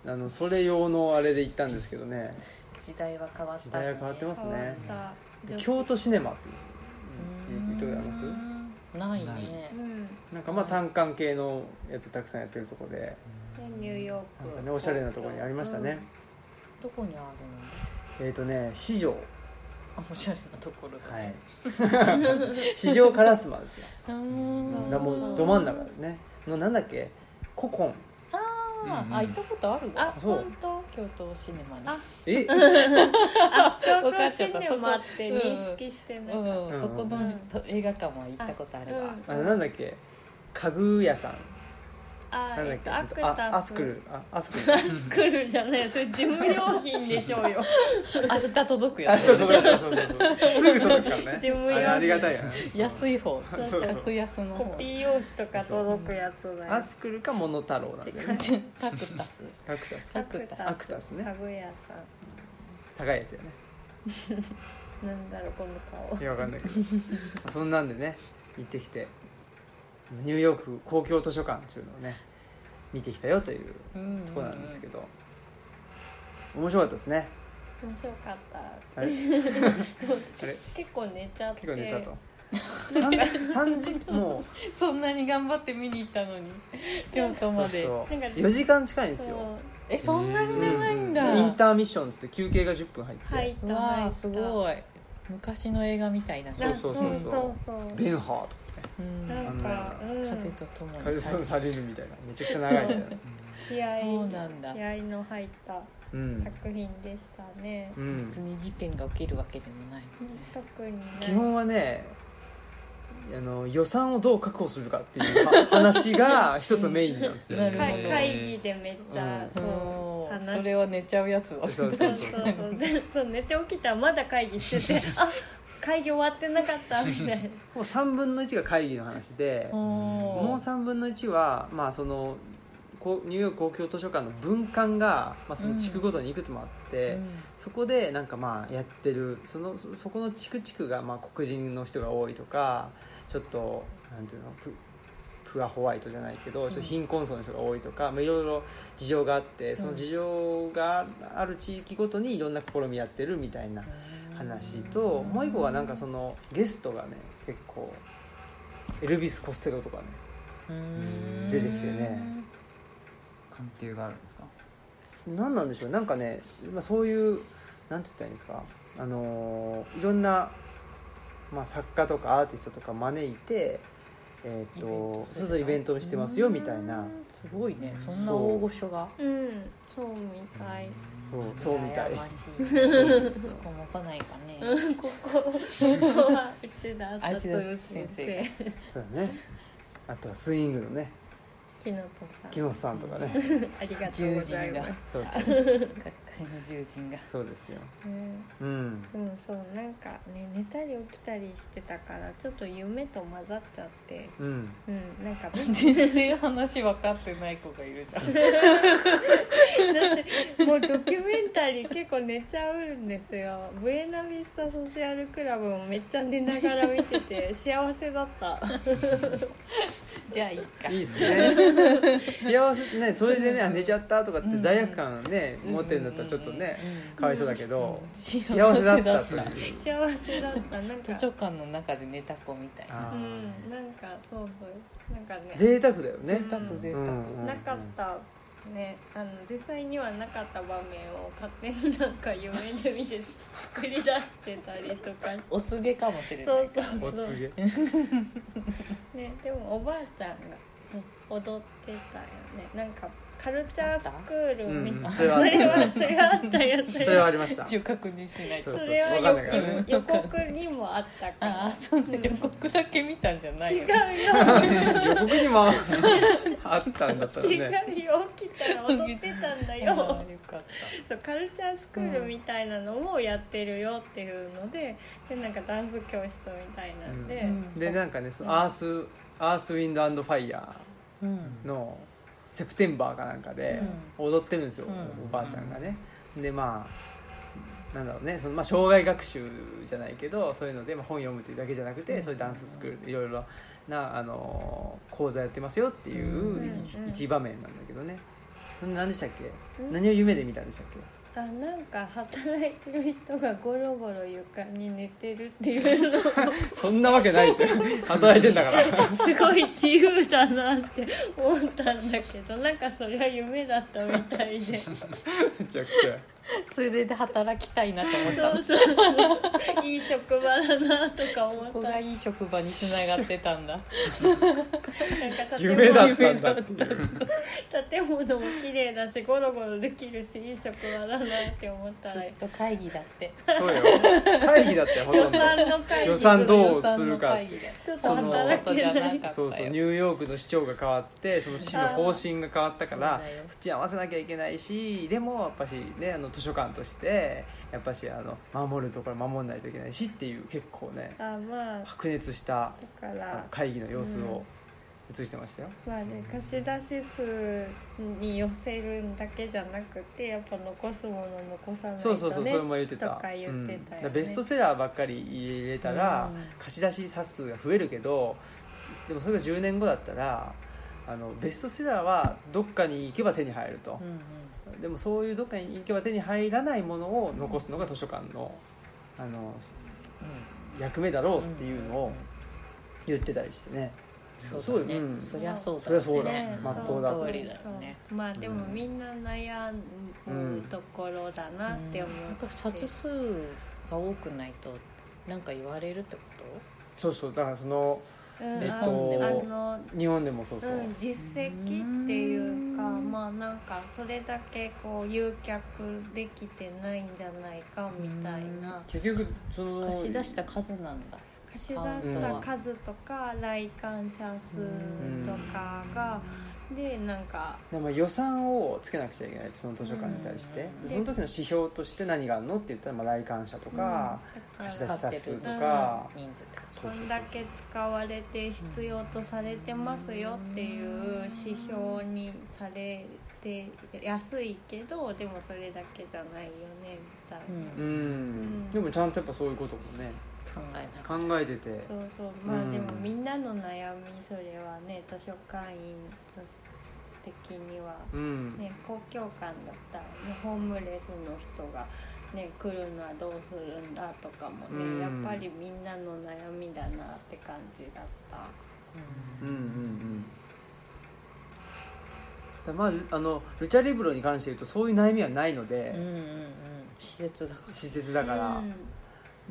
Speaker 1: あのそれ用のあれで行ったんですけどね
Speaker 3: 時代は変わった
Speaker 1: 時代は変わってま
Speaker 3: ます
Speaker 2: 変わった
Speaker 1: で京都シネマっていう言ってあります
Speaker 3: すないね
Speaker 2: うんで
Speaker 1: なんかまあ単館系のやつたくさんやってるとこで
Speaker 2: ニューヨ
Speaker 1: な
Speaker 2: ー
Speaker 1: ん
Speaker 2: ク
Speaker 1: かねおしゃれなところにありましたね、
Speaker 3: どこにあるの
Speaker 1: えっ、とね四条
Speaker 3: あおしゃれなところだ
Speaker 1: はい [laughs] 四条烏丸ですよ
Speaker 3: うーん
Speaker 1: がもうど真ん中ねのなんだっけ古今
Speaker 3: あ
Speaker 4: うん
Speaker 3: ーあ行ったことある
Speaker 2: あ
Speaker 3: わ
Speaker 1: そう
Speaker 2: 本当
Speaker 3: 京都シネマに
Speaker 2: あ
Speaker 1: え
Speaker 2: 京
Speaker 3: わか
Speaker 2: 都
Speaker 3: っちゃ
Speaker 2: シ
Speaker 3: った
Speaker 2: ネマって認識してなかっ
Speaker 3: うん、そこの
Speaker 2: う
Speaker 3: 映画館は行ったことあるわ、
Speaker 1: あなんだっけ家具屋さん
Speaker 2: たあ
Speaker 1: なんだっ
Speaker 2: えっ
Speaker 1: け
Speaker 2: とアクタス
Speaker 1: あアスクルあアスクル
Speaker 2: アスクルじゃないそれ事務用品でしょうよ
Speaker 3: 明日届く
Speaker 1: あ
Speaker 3: やつ
Speaker 1: そうそうそうそうそうすぐ届くからね
Speaker 2: 事務用
Speaker 1: あれありがたいよね
Speaker 3: 安い方
Speaker 1: [laughs] そうそう
Speaker 3: 格安の
Speaker 2: コ
Speaker 3: 方
Speaker 2: ピー用紙とか届くやつだよ
Speaker 1: アスクルかモノタロウなんでね
Speaker 3: [laughs] タクタス
Speaker 1: タクタス
Speaker 3: アクタス
Speaker 1: アクタスね
Speaker 2: 家具屋さ
Speaker 1: 高いやつやね
Speaker 2: んなんだろうこの顔
Speaker 1: いやわかんないけどそんなんでね行ってきてニューヨーク公共図書館っていうのをね見てきたよという
Speaker 3: うん
Speaker 1: とこなんですけど面白かったですね
Speaker 2: 面白かった
Speaker 1: あれあれ
Speaker 2: 結構寝ちゃって
Speaker 1: 結構寝たと3時もう
Speaker 3: そんなに頑張って見に行ったのに京都まで
Speaker 1: そうそう
Speaker 2: なんか
Speaker 1: 4時間近いんです
Speaker 2: そう
Speaker 1: よ
Speaker 3: えそんなに長いんだ、
Speaker 1: うインターミッションっつって休憩が10分入って、
Speaker 2: 入っ
Speaker 3: う
Speaker 2: た
Speaker 3: わ
Speaker 2: 入
Speaker 3: あ
Speaker 2: った
Speaker 3: すごい昔の映画みたいな
Speaker 2: なん
Speaker 1: そうそうそうそう
Speaker 2: そうそう
Speaker 1: ベンハ
Speaker 3: うん
Speaker 2: なんか、うん、
Speaker 3: 風ととも
Speaker 1: ー
Speaker 3: に去り
Speaker 1: とされるみたいなめちゃくちゃ長いみたいな
Speaker 2: 気合い
Speaker 3: そうなんだ
Speaker 2: 気合いの入った
Speaker 1: うん、
Speaker 2: 作品でしたね、
Speaker 1: う
Speaker 3: 別
Speaker 1: ん、
Speaker 3: に事件が起きるわけでもない
Speaker 2: 特にね
Speaker 1: 基本はねあの予算をどう確保するかっていうは話が一つメインなんですよ、
Speaker 3: なるほど
Speaker 2: 会会議でめっちゃ、
Speaker 1: うん
Speaker 2: そう
Speaker 3: おー
Speaker 2: 話
Speaker 3: それは寝ちゃうやつだ [laughs]
Speaker 1: そう
Speaker 2: そ
Speaker 1: そうう
Speaker 2: そ
Speaker 1: そうう
Speaker 2: そうでそう寝て起きたらまだ会議しててあ会議終わってなかったみたいな
Speaker 1: もう3分の1が会議の話で、
Speaker 3: も
Speaker 1: もう3分の1は、まあ、そのこうニューヨーク公共図書館の分館が、まあ、その地区ごとにいくつもあって、そこでなんかまあやってるそのそそこの地区地区がまあ黒人の人が多いとかちょっとなんていうのププアホワイトじゃないけどちょっと貧困層の人が多いとか、まあ、いろいろ事情があってその事情がある地域ごとにいろんな試みやってるみたいな話と、もう一個はなんかそのゲストがね結構エルビス・コステロとかね
Speaker 3: うん
Speaker 1: 出てきてね
Speaker 4: 関係があるんですか
Speaker 1: 何なんでしょうなんかね、まあ、そういうなんて言ったらいいんですかあのーいろんな、まあ、作家とかアーティストとか招いてえーっ
Speaker 3: イベン
Speaker 1: と
Speaker 3: トする
Speaker 1: そうそうイベントをしてますよみたいな
Speaker 3: うんすごいねそんな大御所が
Speaker 2: うんそうみたい
Speaker 1: そうそうみたい
Speaker 3: 羨ましいそこも来ないかね [laughs]
Speaker 2: うんここここはうちだあ
Speaker 3: あ
Speaker 2: た
Speaker 3: う
Speaker 2: つ
Speaker 3: ちだ
Speaker 2: む先
Speaker 3: 先
Speaker 2: 生
Speaker 3: 生
Speaker 1: [laughs] そうだねあとはスイングのね
Speaker 2: 木のとさ
Speaker 1: 木
Speaker 2: ん
Speaker 1: 野さんとかね
Speaker 2: ありがとう
Speaker 3: 獣
Speaker 2: ござい
Speaker 3: 人
Speaker 2: ま
Speaker 3: が
Speaker 2: す、
Speaker 1: そうそう
Speaker 3: 各界の獣人が
Speaker 1: そうですよ
Speaker 2: うん
Speaker 1: うん
Speaker 2: でもそうなんかね寝たり起きたりしてたからちょっと夢と混ざっちゃって
Speaker 1: うん
Speaker 2: うんなんか
Speaker 3: 全然話分かってない子がいる [laughs] じゃん
Speaker 2: [laughs] もうドキュメンタリー結構寝ちゃうんですよブエナビスタソシアルクラブもめっちゃ寝ながら見て [laughs] て幸せだった
Speaker 3: じゃあいいか
Speaker 1: いいですね幸せねそれでねあ寝ちゃったとかっつって罪悪感ね持ってるんだったらちょっとねかわいそうだけど
Speaker 3: 幸
Speaker 1: 幸せだったという
Speaker 2: 幸せだったなんか
Speaker 3: 図書館の中で寝た子みたいな
Speaker 1: あ
Speaker 2: うん
Speaker 1: ー
Speaker 2: なんかそうそうなんかね
Speaker 1: 贅沢だよね
Speaker 3: 贅沢贅
Speaker 1: うん
Speaker 3: 沢
Speaker 1: うん
Speaker 2: なかったねあの実際にはなかった場面を勝手になんか夢で見て作り出してたりとかして
Speaker 3: お告げかもしれな
Speaker 2: そ
Speaker 3: いう
Speaker 2: そうそう
Speaker 1: お告げ
Speaker 2: ね、でもおばあちゃんが踊ってたよねなんかカルチャースクールみ
Speaker 1: うん
Speaker 2: たいな、
Speaker 1: それは
Speaker 2: それはそれはあったよそ
Speaker 1: それ
Speaker 2: れ
Speaker 1: は
Speaker 2: は
Speaker 1: ありました
Speaker 3: 一応確認しない
Speaker 1: そ
Speaker 3: と
Speaker 1: う
Speaker 2: それは
Speaker 1: わかんないからね
Speaker 2: 予告予告にもあったか
Speaker 3: あ
Speaker 2: ら
Speaker 3: あそんな予告だけ見たんじゃない
Speaker 2: 違
Speaker 3: よ
Speaker 2: うよ
Speaker 1: 予告にもあったんだったら
Speaker 2: [laughs] 違
Speaker 1: ね
Speaker 2: うよ起きたら踊ってたんだ
Speaker 3: あー
Speaker 2: よ
Speaker 3: よかっ
Speaker 2: そうカルチャースクールみたいなのをやってるよっていうのででなんかダンス教室みたいなんで、
Speaker 3: たうん
Speaker 1: でなんかねそのアースアースウィンドアンドファイヤ
Speaker 3: うん
Speaker 1: ーのセプテンバーかなんかで踊ってるんですよ
Speaker 3: うん
Speaker 1: おばあちゃんがねでまあなんだろうねそのまあ障害学習じゃないけどそういうのでまあ本読むというだけじゃなくてそういうダンススクールでいろいろなあの講座やってますよっていう一
Speaker 2: うんうん
Speaker 1: 一場面なんだけどね何でしたっけ
Speaker 2: うん
Speaker 1: 何を夢で見たんでしたっけ
Speaker 2: あなんか働いてる人がゴロゴロ床に寝てるっていうのを
Speaker 1: そんなわけ [laughs] ないって働いてんだから
Speaker 2: [laughs] すごい自由だなって思ったんだけどなんかそれは夢だったみたいで
Speaker 1: めちゃくちゃ
Speaker 3: それで働きたいなと思った
Speaker 2: そう
Speaker 3: の
Speaker 2: そういい職場だなとか
Speaker 3: そ
Speaker 2: 思った
Speaker 3: こがいい職場につながってたんだ
Speaker 2: なんか建
Speaker 1: 夢
Speaker 2: 物
Speaker 1: だったんだっていう
Speaker 2: 建物も綺麗だしゴロゴロできるしいい職場だなって思った
Speaker 3: ず
Speaker 2: ら
Speaker 3: っと会議だって
Speaker 1: そうよ会議だったよほとん
Speaker 2: 予
Speaker 1: ど
Speaker 2: 算の会議
Speaker 1: 予算どう
Speaker 3: 予算の会議だ
Speaker 2: ちょっと
Speaker 1: その
Speaker 2: 働けない
Speaker 3: かったよ
Speaker 1: そうそうニューヨークの市長が変わってその市の方針が変わったから
Speaker 3: そうだよ
Speaker 1: そっちに合わせなきゃいけないしでもやっぱしねあの図書館としてやっぱしあの守るところ守らないといけないしっていう結構ね
Speaker 2: あまあ
Speaker 1: 白熱した
Speaker 2: だから
Speaker 1: 会議の様子を映してましたよ、
Speaker 2: まあね、貸し出し数に寄せるだけじゃなくてやっぱ残すもの残さないと、ね、
Speaker 1: そうそうそうそれも言ってた
Speaker 2: とか言ってたよね
Speaker 1: うんだからベストセラーばっかり入れたら、
Speaker 3: うん
Speaker 1: 貸し出し冊数が増えるけどでもそれが10年後だったらあのベストセラーはどっかに行けば手に入ると
Speaker 3: う、んうん
Speaker 1: でもそういうどっかに行けば手に入らないものを残すのが図書館のあの役目だろうっていうのを言ってたりしてね、
Speaker 3: そう
Speaker 1: そう
Speaker 3: だ
Speaker 1: よ
Speaker 3: ね、
Speaker 1: うん
Speaker 3: そりゃそうだ
Speaker 1: そりゃそうだ
Speaker 2: ね
Speaker 1: まっとうだ
Speaker 3: その通りだよね
Speaker 2: そうまあでもみんな悩むところだなって思って、
Speaker 3: なんか冊数が多くないとなんか言われるってこ
Speaker 1: そうそうだからその
Speaker 2: うん
Speaker 1: えっと
Speaker 2: あのあの
Speaker 1: 日本でもそうそう、
Speaker 2: うん、実績っていうかまあなんかそれだけこう誘客できてないんじゃないかみたいな
Speaker 1: 結局その
Speaker 3: と貸し出した数なんだ
Speaker 2: 貸し出した数とか来館者数とかがでなんか
Speaker 1: でも予算をつけなくちゃいけないその図書館に対して、
Speaker 3: うん
Speaker 1: でその時の指標として何があるのって言ったらまあ来館者とか、
Speaker 2: だから
Speaker 1: 貸し出し冊数と
Speaker 3: うん
Speaker 1: か、
Speaker 3: 人数ってこと
Speaker 2: こんだけ使われて必要とされてますよっていう指標にされて安いけどでもそれだけじゃないよねみたいな、
Speaker 1: うん、
Speaker 2: ん
Speaker 1: でもちゃんとやっぱそういうこともね
Speaker 3: 考えな
Speaker 1: 考
Speaker 3: かっ
Speaker 1: えてて
Speaker 2: そうそうま
Speaker 1: う
Speaker 2: あ
Speaker 1: ん
Speaker 2: でもみんなの悩みそれはね図書館員と的には、
Speaker 1: うん、
Speaker 2: ね、公共館だったら、ね、ホームレスの人が、ね、来るのはどうするんだとかもね、
Speaker 1: うん
Speaker 2: やっぱりみんなの悩みだなって感じだった。
Speaker 1: うんうんうんだまああのルチャリブロに関して言うとそういう悩みはないの
Speaker 3: たうん
Speaker 1: で、
Speaker 3: うんうん施設だから
Speaker 1: 施設だから、
Speaker 2: うん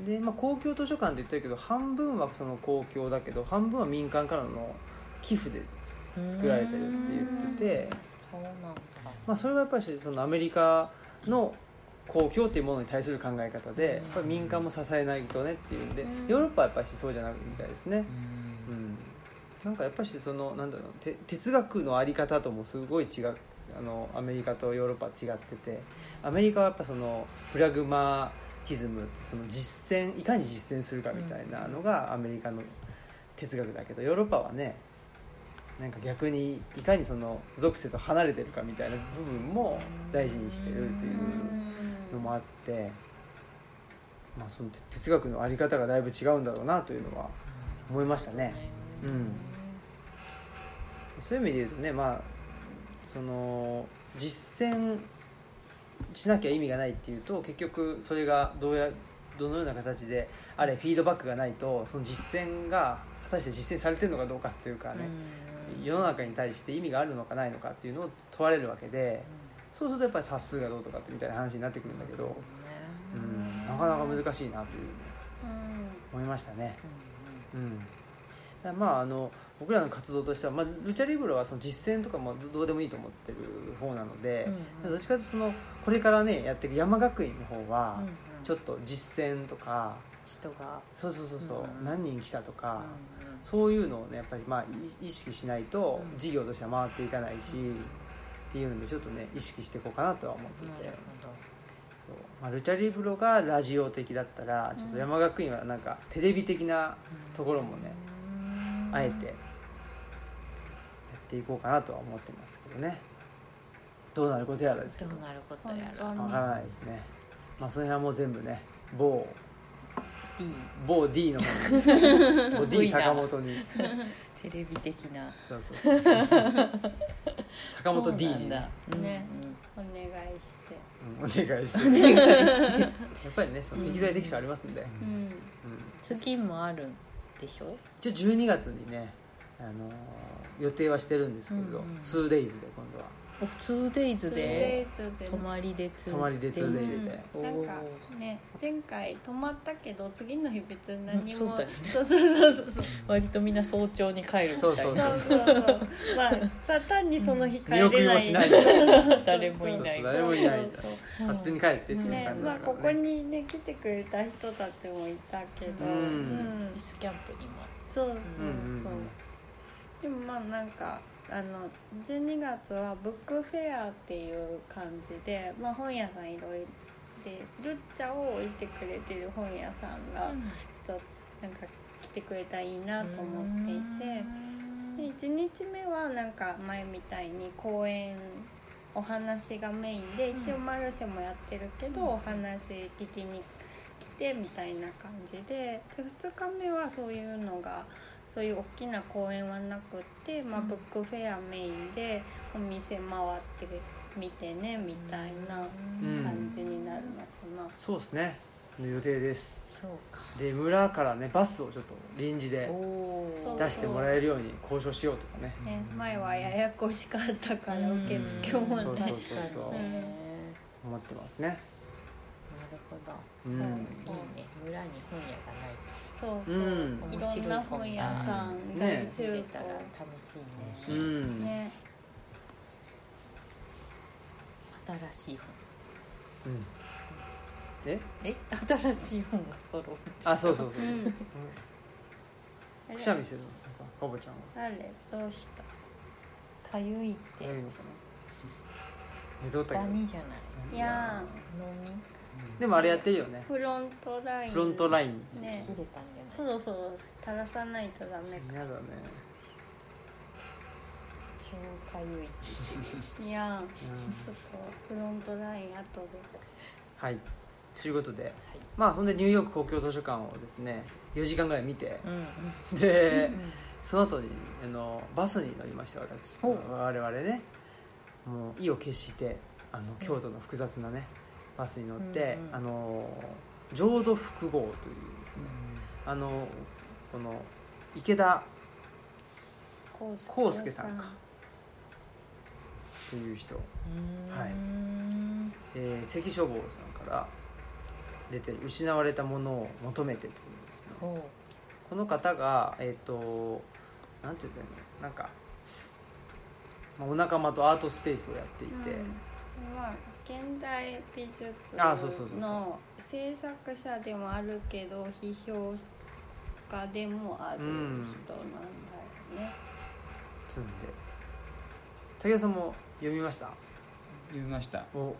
Speaker 1: で、まあ、公共図書館って言ってるけど半分はその公共だけど半分は民間からの寄付で作られてるって言ってて、
Speaker 3: そうなんだ
Speaker 1: まあ、それはやっぱりそのアメリカの公共っていうものに対する考え方で、
Speaker 3: うん
Speaker 1: やっぱり民間も支えないとねっていうんで、
Speaker 2: うん
Speaker 1: ヨーロッパはやっぱりそうじゃなくみたいですね
Speaker 4: う、ん
Speaker 1: うん、なんかやっぱりそのなんだろうて哲学のあり方ともすごい違うあのアメリカとヨーロッパは違っててアメリカはやっぱそのプラグマティズムその実践いかに実践するかみたいなのがアメリカの哲学だけどヨーロッパはねなんか逆にいかにその属性と離れてるかみたいな部分も大事にしてるというのもあって、まあ、そのて哲学のあり方がだいぶ違うんだろうなというのは思いましたね。うんそういう意味で言うとね、まあ、その実践しなきゃ意味がないっていうと結局それがどうやどのような形であれフィードバックがないとその実践が果たして実践されてるのかどうかっていうかね、世の中に対して意味があるのかないのかっていうのを問われるわけでそうするとやっぱり冊数がどうとかってみたいな話になってくるんだけど、うん、なかなか難しいなという思いましたね。うん、だからまああの僕らの活動としては、まあ、ルチャリブロはその実践とかもどどうでもいいと思ってる方なので、どっちかというとそのこれからねやっていく山学院の方は、ちょっと実践とか
Speaker 3: 人が
Speaker 1: そうそうそうそう、
Speaker 3: うんうん
Speaker 1: 何人来たとか、
Speaker 3: うんうん
Speaker 1: そういうのをねやっぱりまあい意識しないと
Speaker 3: うん
Speaker 1: 事業としては回っていかないし、っていうんでちょっとね意識していこうかなとは思ってて。
Speaker 3: なるほど
Speaker 1: そうまあ、ルチャリブロがラジオ的だったらちょっと山学院はなんかテレビ的なところもね、あえてやっていこうかなとは思ってますけどねどうなることやらですけ
Speaker 3: ど
Speaker 1: ど
Speaker 3: うなることやら
Speaker 2: 本当
Speaker 1: わ
Speaker 2: に
Speaker 1: からないですねまあその辺はもう全部ね某
Speaker 3: D
Speaker 1: 某 D の方に某 D 坂本に
Speaker 3: テレビ的な
Speaker 1: そうそうそう坂本 D にね、
Speaker 3: そうなんだ
Speaker 2: ね
Speaker 3: うんうん
Speaker 2: お願いし
Speaker 1: うん
Speaker 2: て、
Speaker 1: お願いしてやっぱりねその適材適所ありますんで、
Speaker 2: うん、
Speaker 1: うん
Speaker 3: 次もあるんでしょ
Speaker 1: 一応12月にね、あのー予定はしてるんですけど、
Speaker 3: うんうん
Speaker 1: 2days で今度は
Speaker 3: お 2days で
Speaker 2: で
Speaker 3: 泊まりで 2days
Speaker 1: 泊まりで 2days で、
Speaker 2: うん、なんかね前回泊まったけど次の日別に何も、
Speaker 3: うんそうだよね
Speaker 2: そうそうそうそう
Speaker 3: 割とみんな早朝に帰るみたいな
Speaker 1: そうそう
Speaker 2: そうそうそうまあただ単にその日帰
Speaker 1: 見
Speaker 2: れ
Speaker 1: 送り
Speaker 2: な
Speaker 1: も
Speaker 2: い
Speaker 1: しないで
Speaker 3: [laughs] 誰もいない
Speaker 1: そうそう誰もいない
Speaker 2: そうそう
Speaker 1: 勝手に帰ってっていう感じだ
Speaker 2: ね
Speaker 1: から、ね
Speaker 2: まあここにね来てくれた人たちもいたけど、
Speaker 1: うん
Speaker 3: ミスキャンプにも
Speaker 2: そうそう
Speaker 1: うんうん
Speaker 2: そうでもまあなんかあの12月はブックフェアっていう感じで、まあ、本屋さんいろいろでルッチャを置いてくれてる本屋さんがちょっとなんか来てくれたらいいなと思っていて。で1日目はなんか前みたいに公演お話がメインで
Speaker 3: うん
Speaker 2: 一応マルシェもやってるけど、お話聞きに来てみたいな感じでで2日目はそういうのがそういう大きな公演はなくって、まあ、
Speaker 3: うん
Speaker 2: ブックフェアメインでお店回ってみてねみたいな
Speaker 1: うん
Speaker 2: 感じになるのかな。
Speaker 1: そうですね予定です
Speaker 3: そうか
Speaker 1: で村からねバスをちょっと臨時で
Speaker 3: お
Speaker 2: そう
Speaker 1: 出してもらえるように交渉しようとかね
Speaker 2: ね、前はややこしかったから受付も
Speaker 1: うん
Speaker 2: な
Speaker 1: そ
Speaker 2: いう
Speaker 3: 確かにね
Speaker 1: 思ってますね
Speaker 3: なるほど
Speaker 1: う
Speaker 2: そ
Speaker 1: ん
Speaker 2: う
Speaker 3: いいね村に本屋がないと
Speaker 2: そうそう、
Speaker 1: うん
Speaker 2: いろんな本屋さん大
Speaker 3: 知
Speaker 2: 集
Speaker 3: れ
Speaker 2: 合
Speaker 3: たら楽し
Speaker 1: う
Speaker 3: いね
Speaker 1: ん、
Speaker 2: ね
Speaker 3: 新しい本
Speaker 1: うんえ
Speaker 3: え新しい本が揃う
Speaker 1: あそうそうそうう、
Speaker 2: んあれ
Speaker 1: くしゃみしてるのなんかほぼちゃんは
Speaker 2: 誰どうしたかゆいって
Speaker 1: 早いのかな寝とったけ
Speaker 3: ダ
Speaker 1: ど
Speaker 3: ニじゃない
Speaker 2: いや
Speaker 3: 飲み
Speaker 1: うでもあれやってるよね
Speaker 2: フロントライン
Speaker 1: フロントライン
Speaker 2: ね
Speaker 3: 切れたんじゃない
Speaker 2: そろそろ正さないとダメか
Speaker 1: 嫌だね
Speaker 3: 超かゆい
Speaker 2: いや、
Speaker 1: ん
Speaker 2: そうそうフロントライン後で
Speaker 1: はいということで、まあほんでニューヨーク公共図書館をですね4時間ぐらい見て、
Speaker 3: うん
Speaker 1: でその後にあのバスに乗りました私
Speaker 3: ほう
Speaker 1: 我々ねもう意を決してあの京都の複雑なねバスに乗って、
Speaker 3: うんうん
Speaker 1: あの浄土複合というですね、あのこの池田
Speaker 2: こ
Speaker 1: 康介さんかという人、はいう
Speaker 3: ーん
Speaker 1: えー関書房さんから出てる「失われたものを求めて」というですね
Speaker 3: ほ
Speaker 1: この方がえっ、となんて言ったらいいのなんか、まあ、お仲間とアートスペースをやっていて、
Speaker 2: うんまあ、現代美
Speaker 1: あそうそうそう
Speaker 2: 術
Speaker 1: そう
Speaker 2: の制作者でもあるけど批評家でもある人なんだよね、
Speaker 1: 積んで武田さんも読みました
Speaker 4: 読みました
Speaker 1: お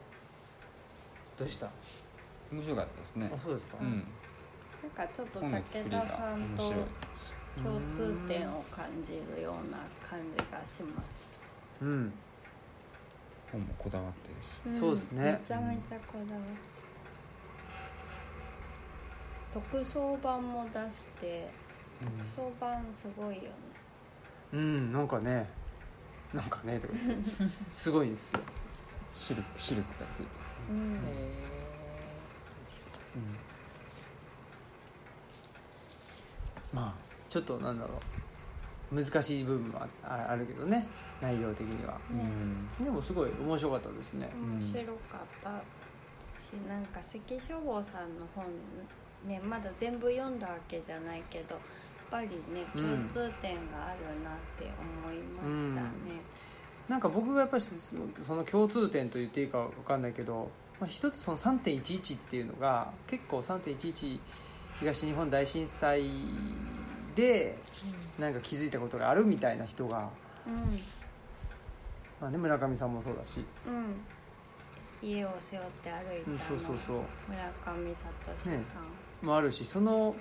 Speaker 1: どうしたあ
Speaker 4: 面白かったですね
Speaker 1: そうですか、
Speaker 4: うん
Speaker 2: なんかちょっと
Speaker 4: 本
Speaker 2: 武
Speaker 4: の
Speaker 2: 田
Speaker 4: 作りが
Speaker 2: さん
Speaker 4: 面
Speaker 2: と
Speaker 4: 白い
Speaker 2: 共通点を感じるような感じがしまし、
Speaker 1: うん
Speaker 4: 本もこだわってるした
Speaker 2: ん
Speaker 1: そうですね
Speaker 2: めちゃめちゃこだわって特装版も出して特装版すごいよね
Speaker 1: うんなんかねなんかねとか言ってすごいんですよ
Speaker 4: シルクシルクがついてる
Speaker 2: うん
Speaker 3: うへえそうでした
Speaker 4: うん
Speaker 1: まあちょっとなんだろう難しい部分はああるけどね内容的には
Speaker 4: うん
Speaker 1: でもすごい面白かったですね
Speaker 2: 面白かったしなんか関書房さんの本ねまだ全部読んだわけじゃないけどやっぱりね
Speaker 1: うん
Speaker 2: 共通点があるなって思いましたね、
Speaker 1: なんか僕がやっぱりそその共通点と言っていいかわかんないけど、まあ、一つその3.11っていうのが結構3.11東日本大震災でなんか気づいたことがあるみたいな人が、
Speaker 2: う
Speaker 1: まあね、村上さんもそうだし、
Speaker 2: んうん家を背負って歩いた
Speaker 1: う
Speaker 2: の、
Speaker 1: ん、そうそうそう
Speaker 2: 村上聡さん、
Speaker 1: ねもあるしその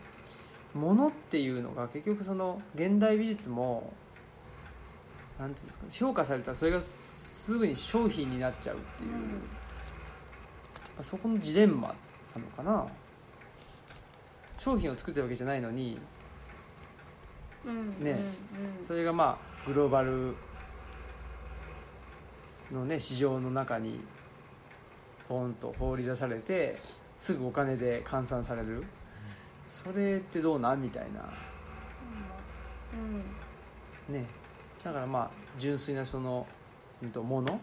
Speaker 1: ものっていうのが結局その現代美術もなんていうんですかね評価されたらそれがすぐに商品になっちゃうっていう、
Speaker 2: うん
Speaker 1: まあそこのジレンマなのかな商品を作ってるわけじゃないのに
Speaker 2: うん
Speaker 1: ね
Speaker 2: うんうん
Speaker 1: それがまあグローバルのね市場の中にポンと放り出されてすぐお金で換算されるそれってどうなんみたいな
Speaker 2: うん
Speaker 1: ねだからまあ純粋なその、うん、ともの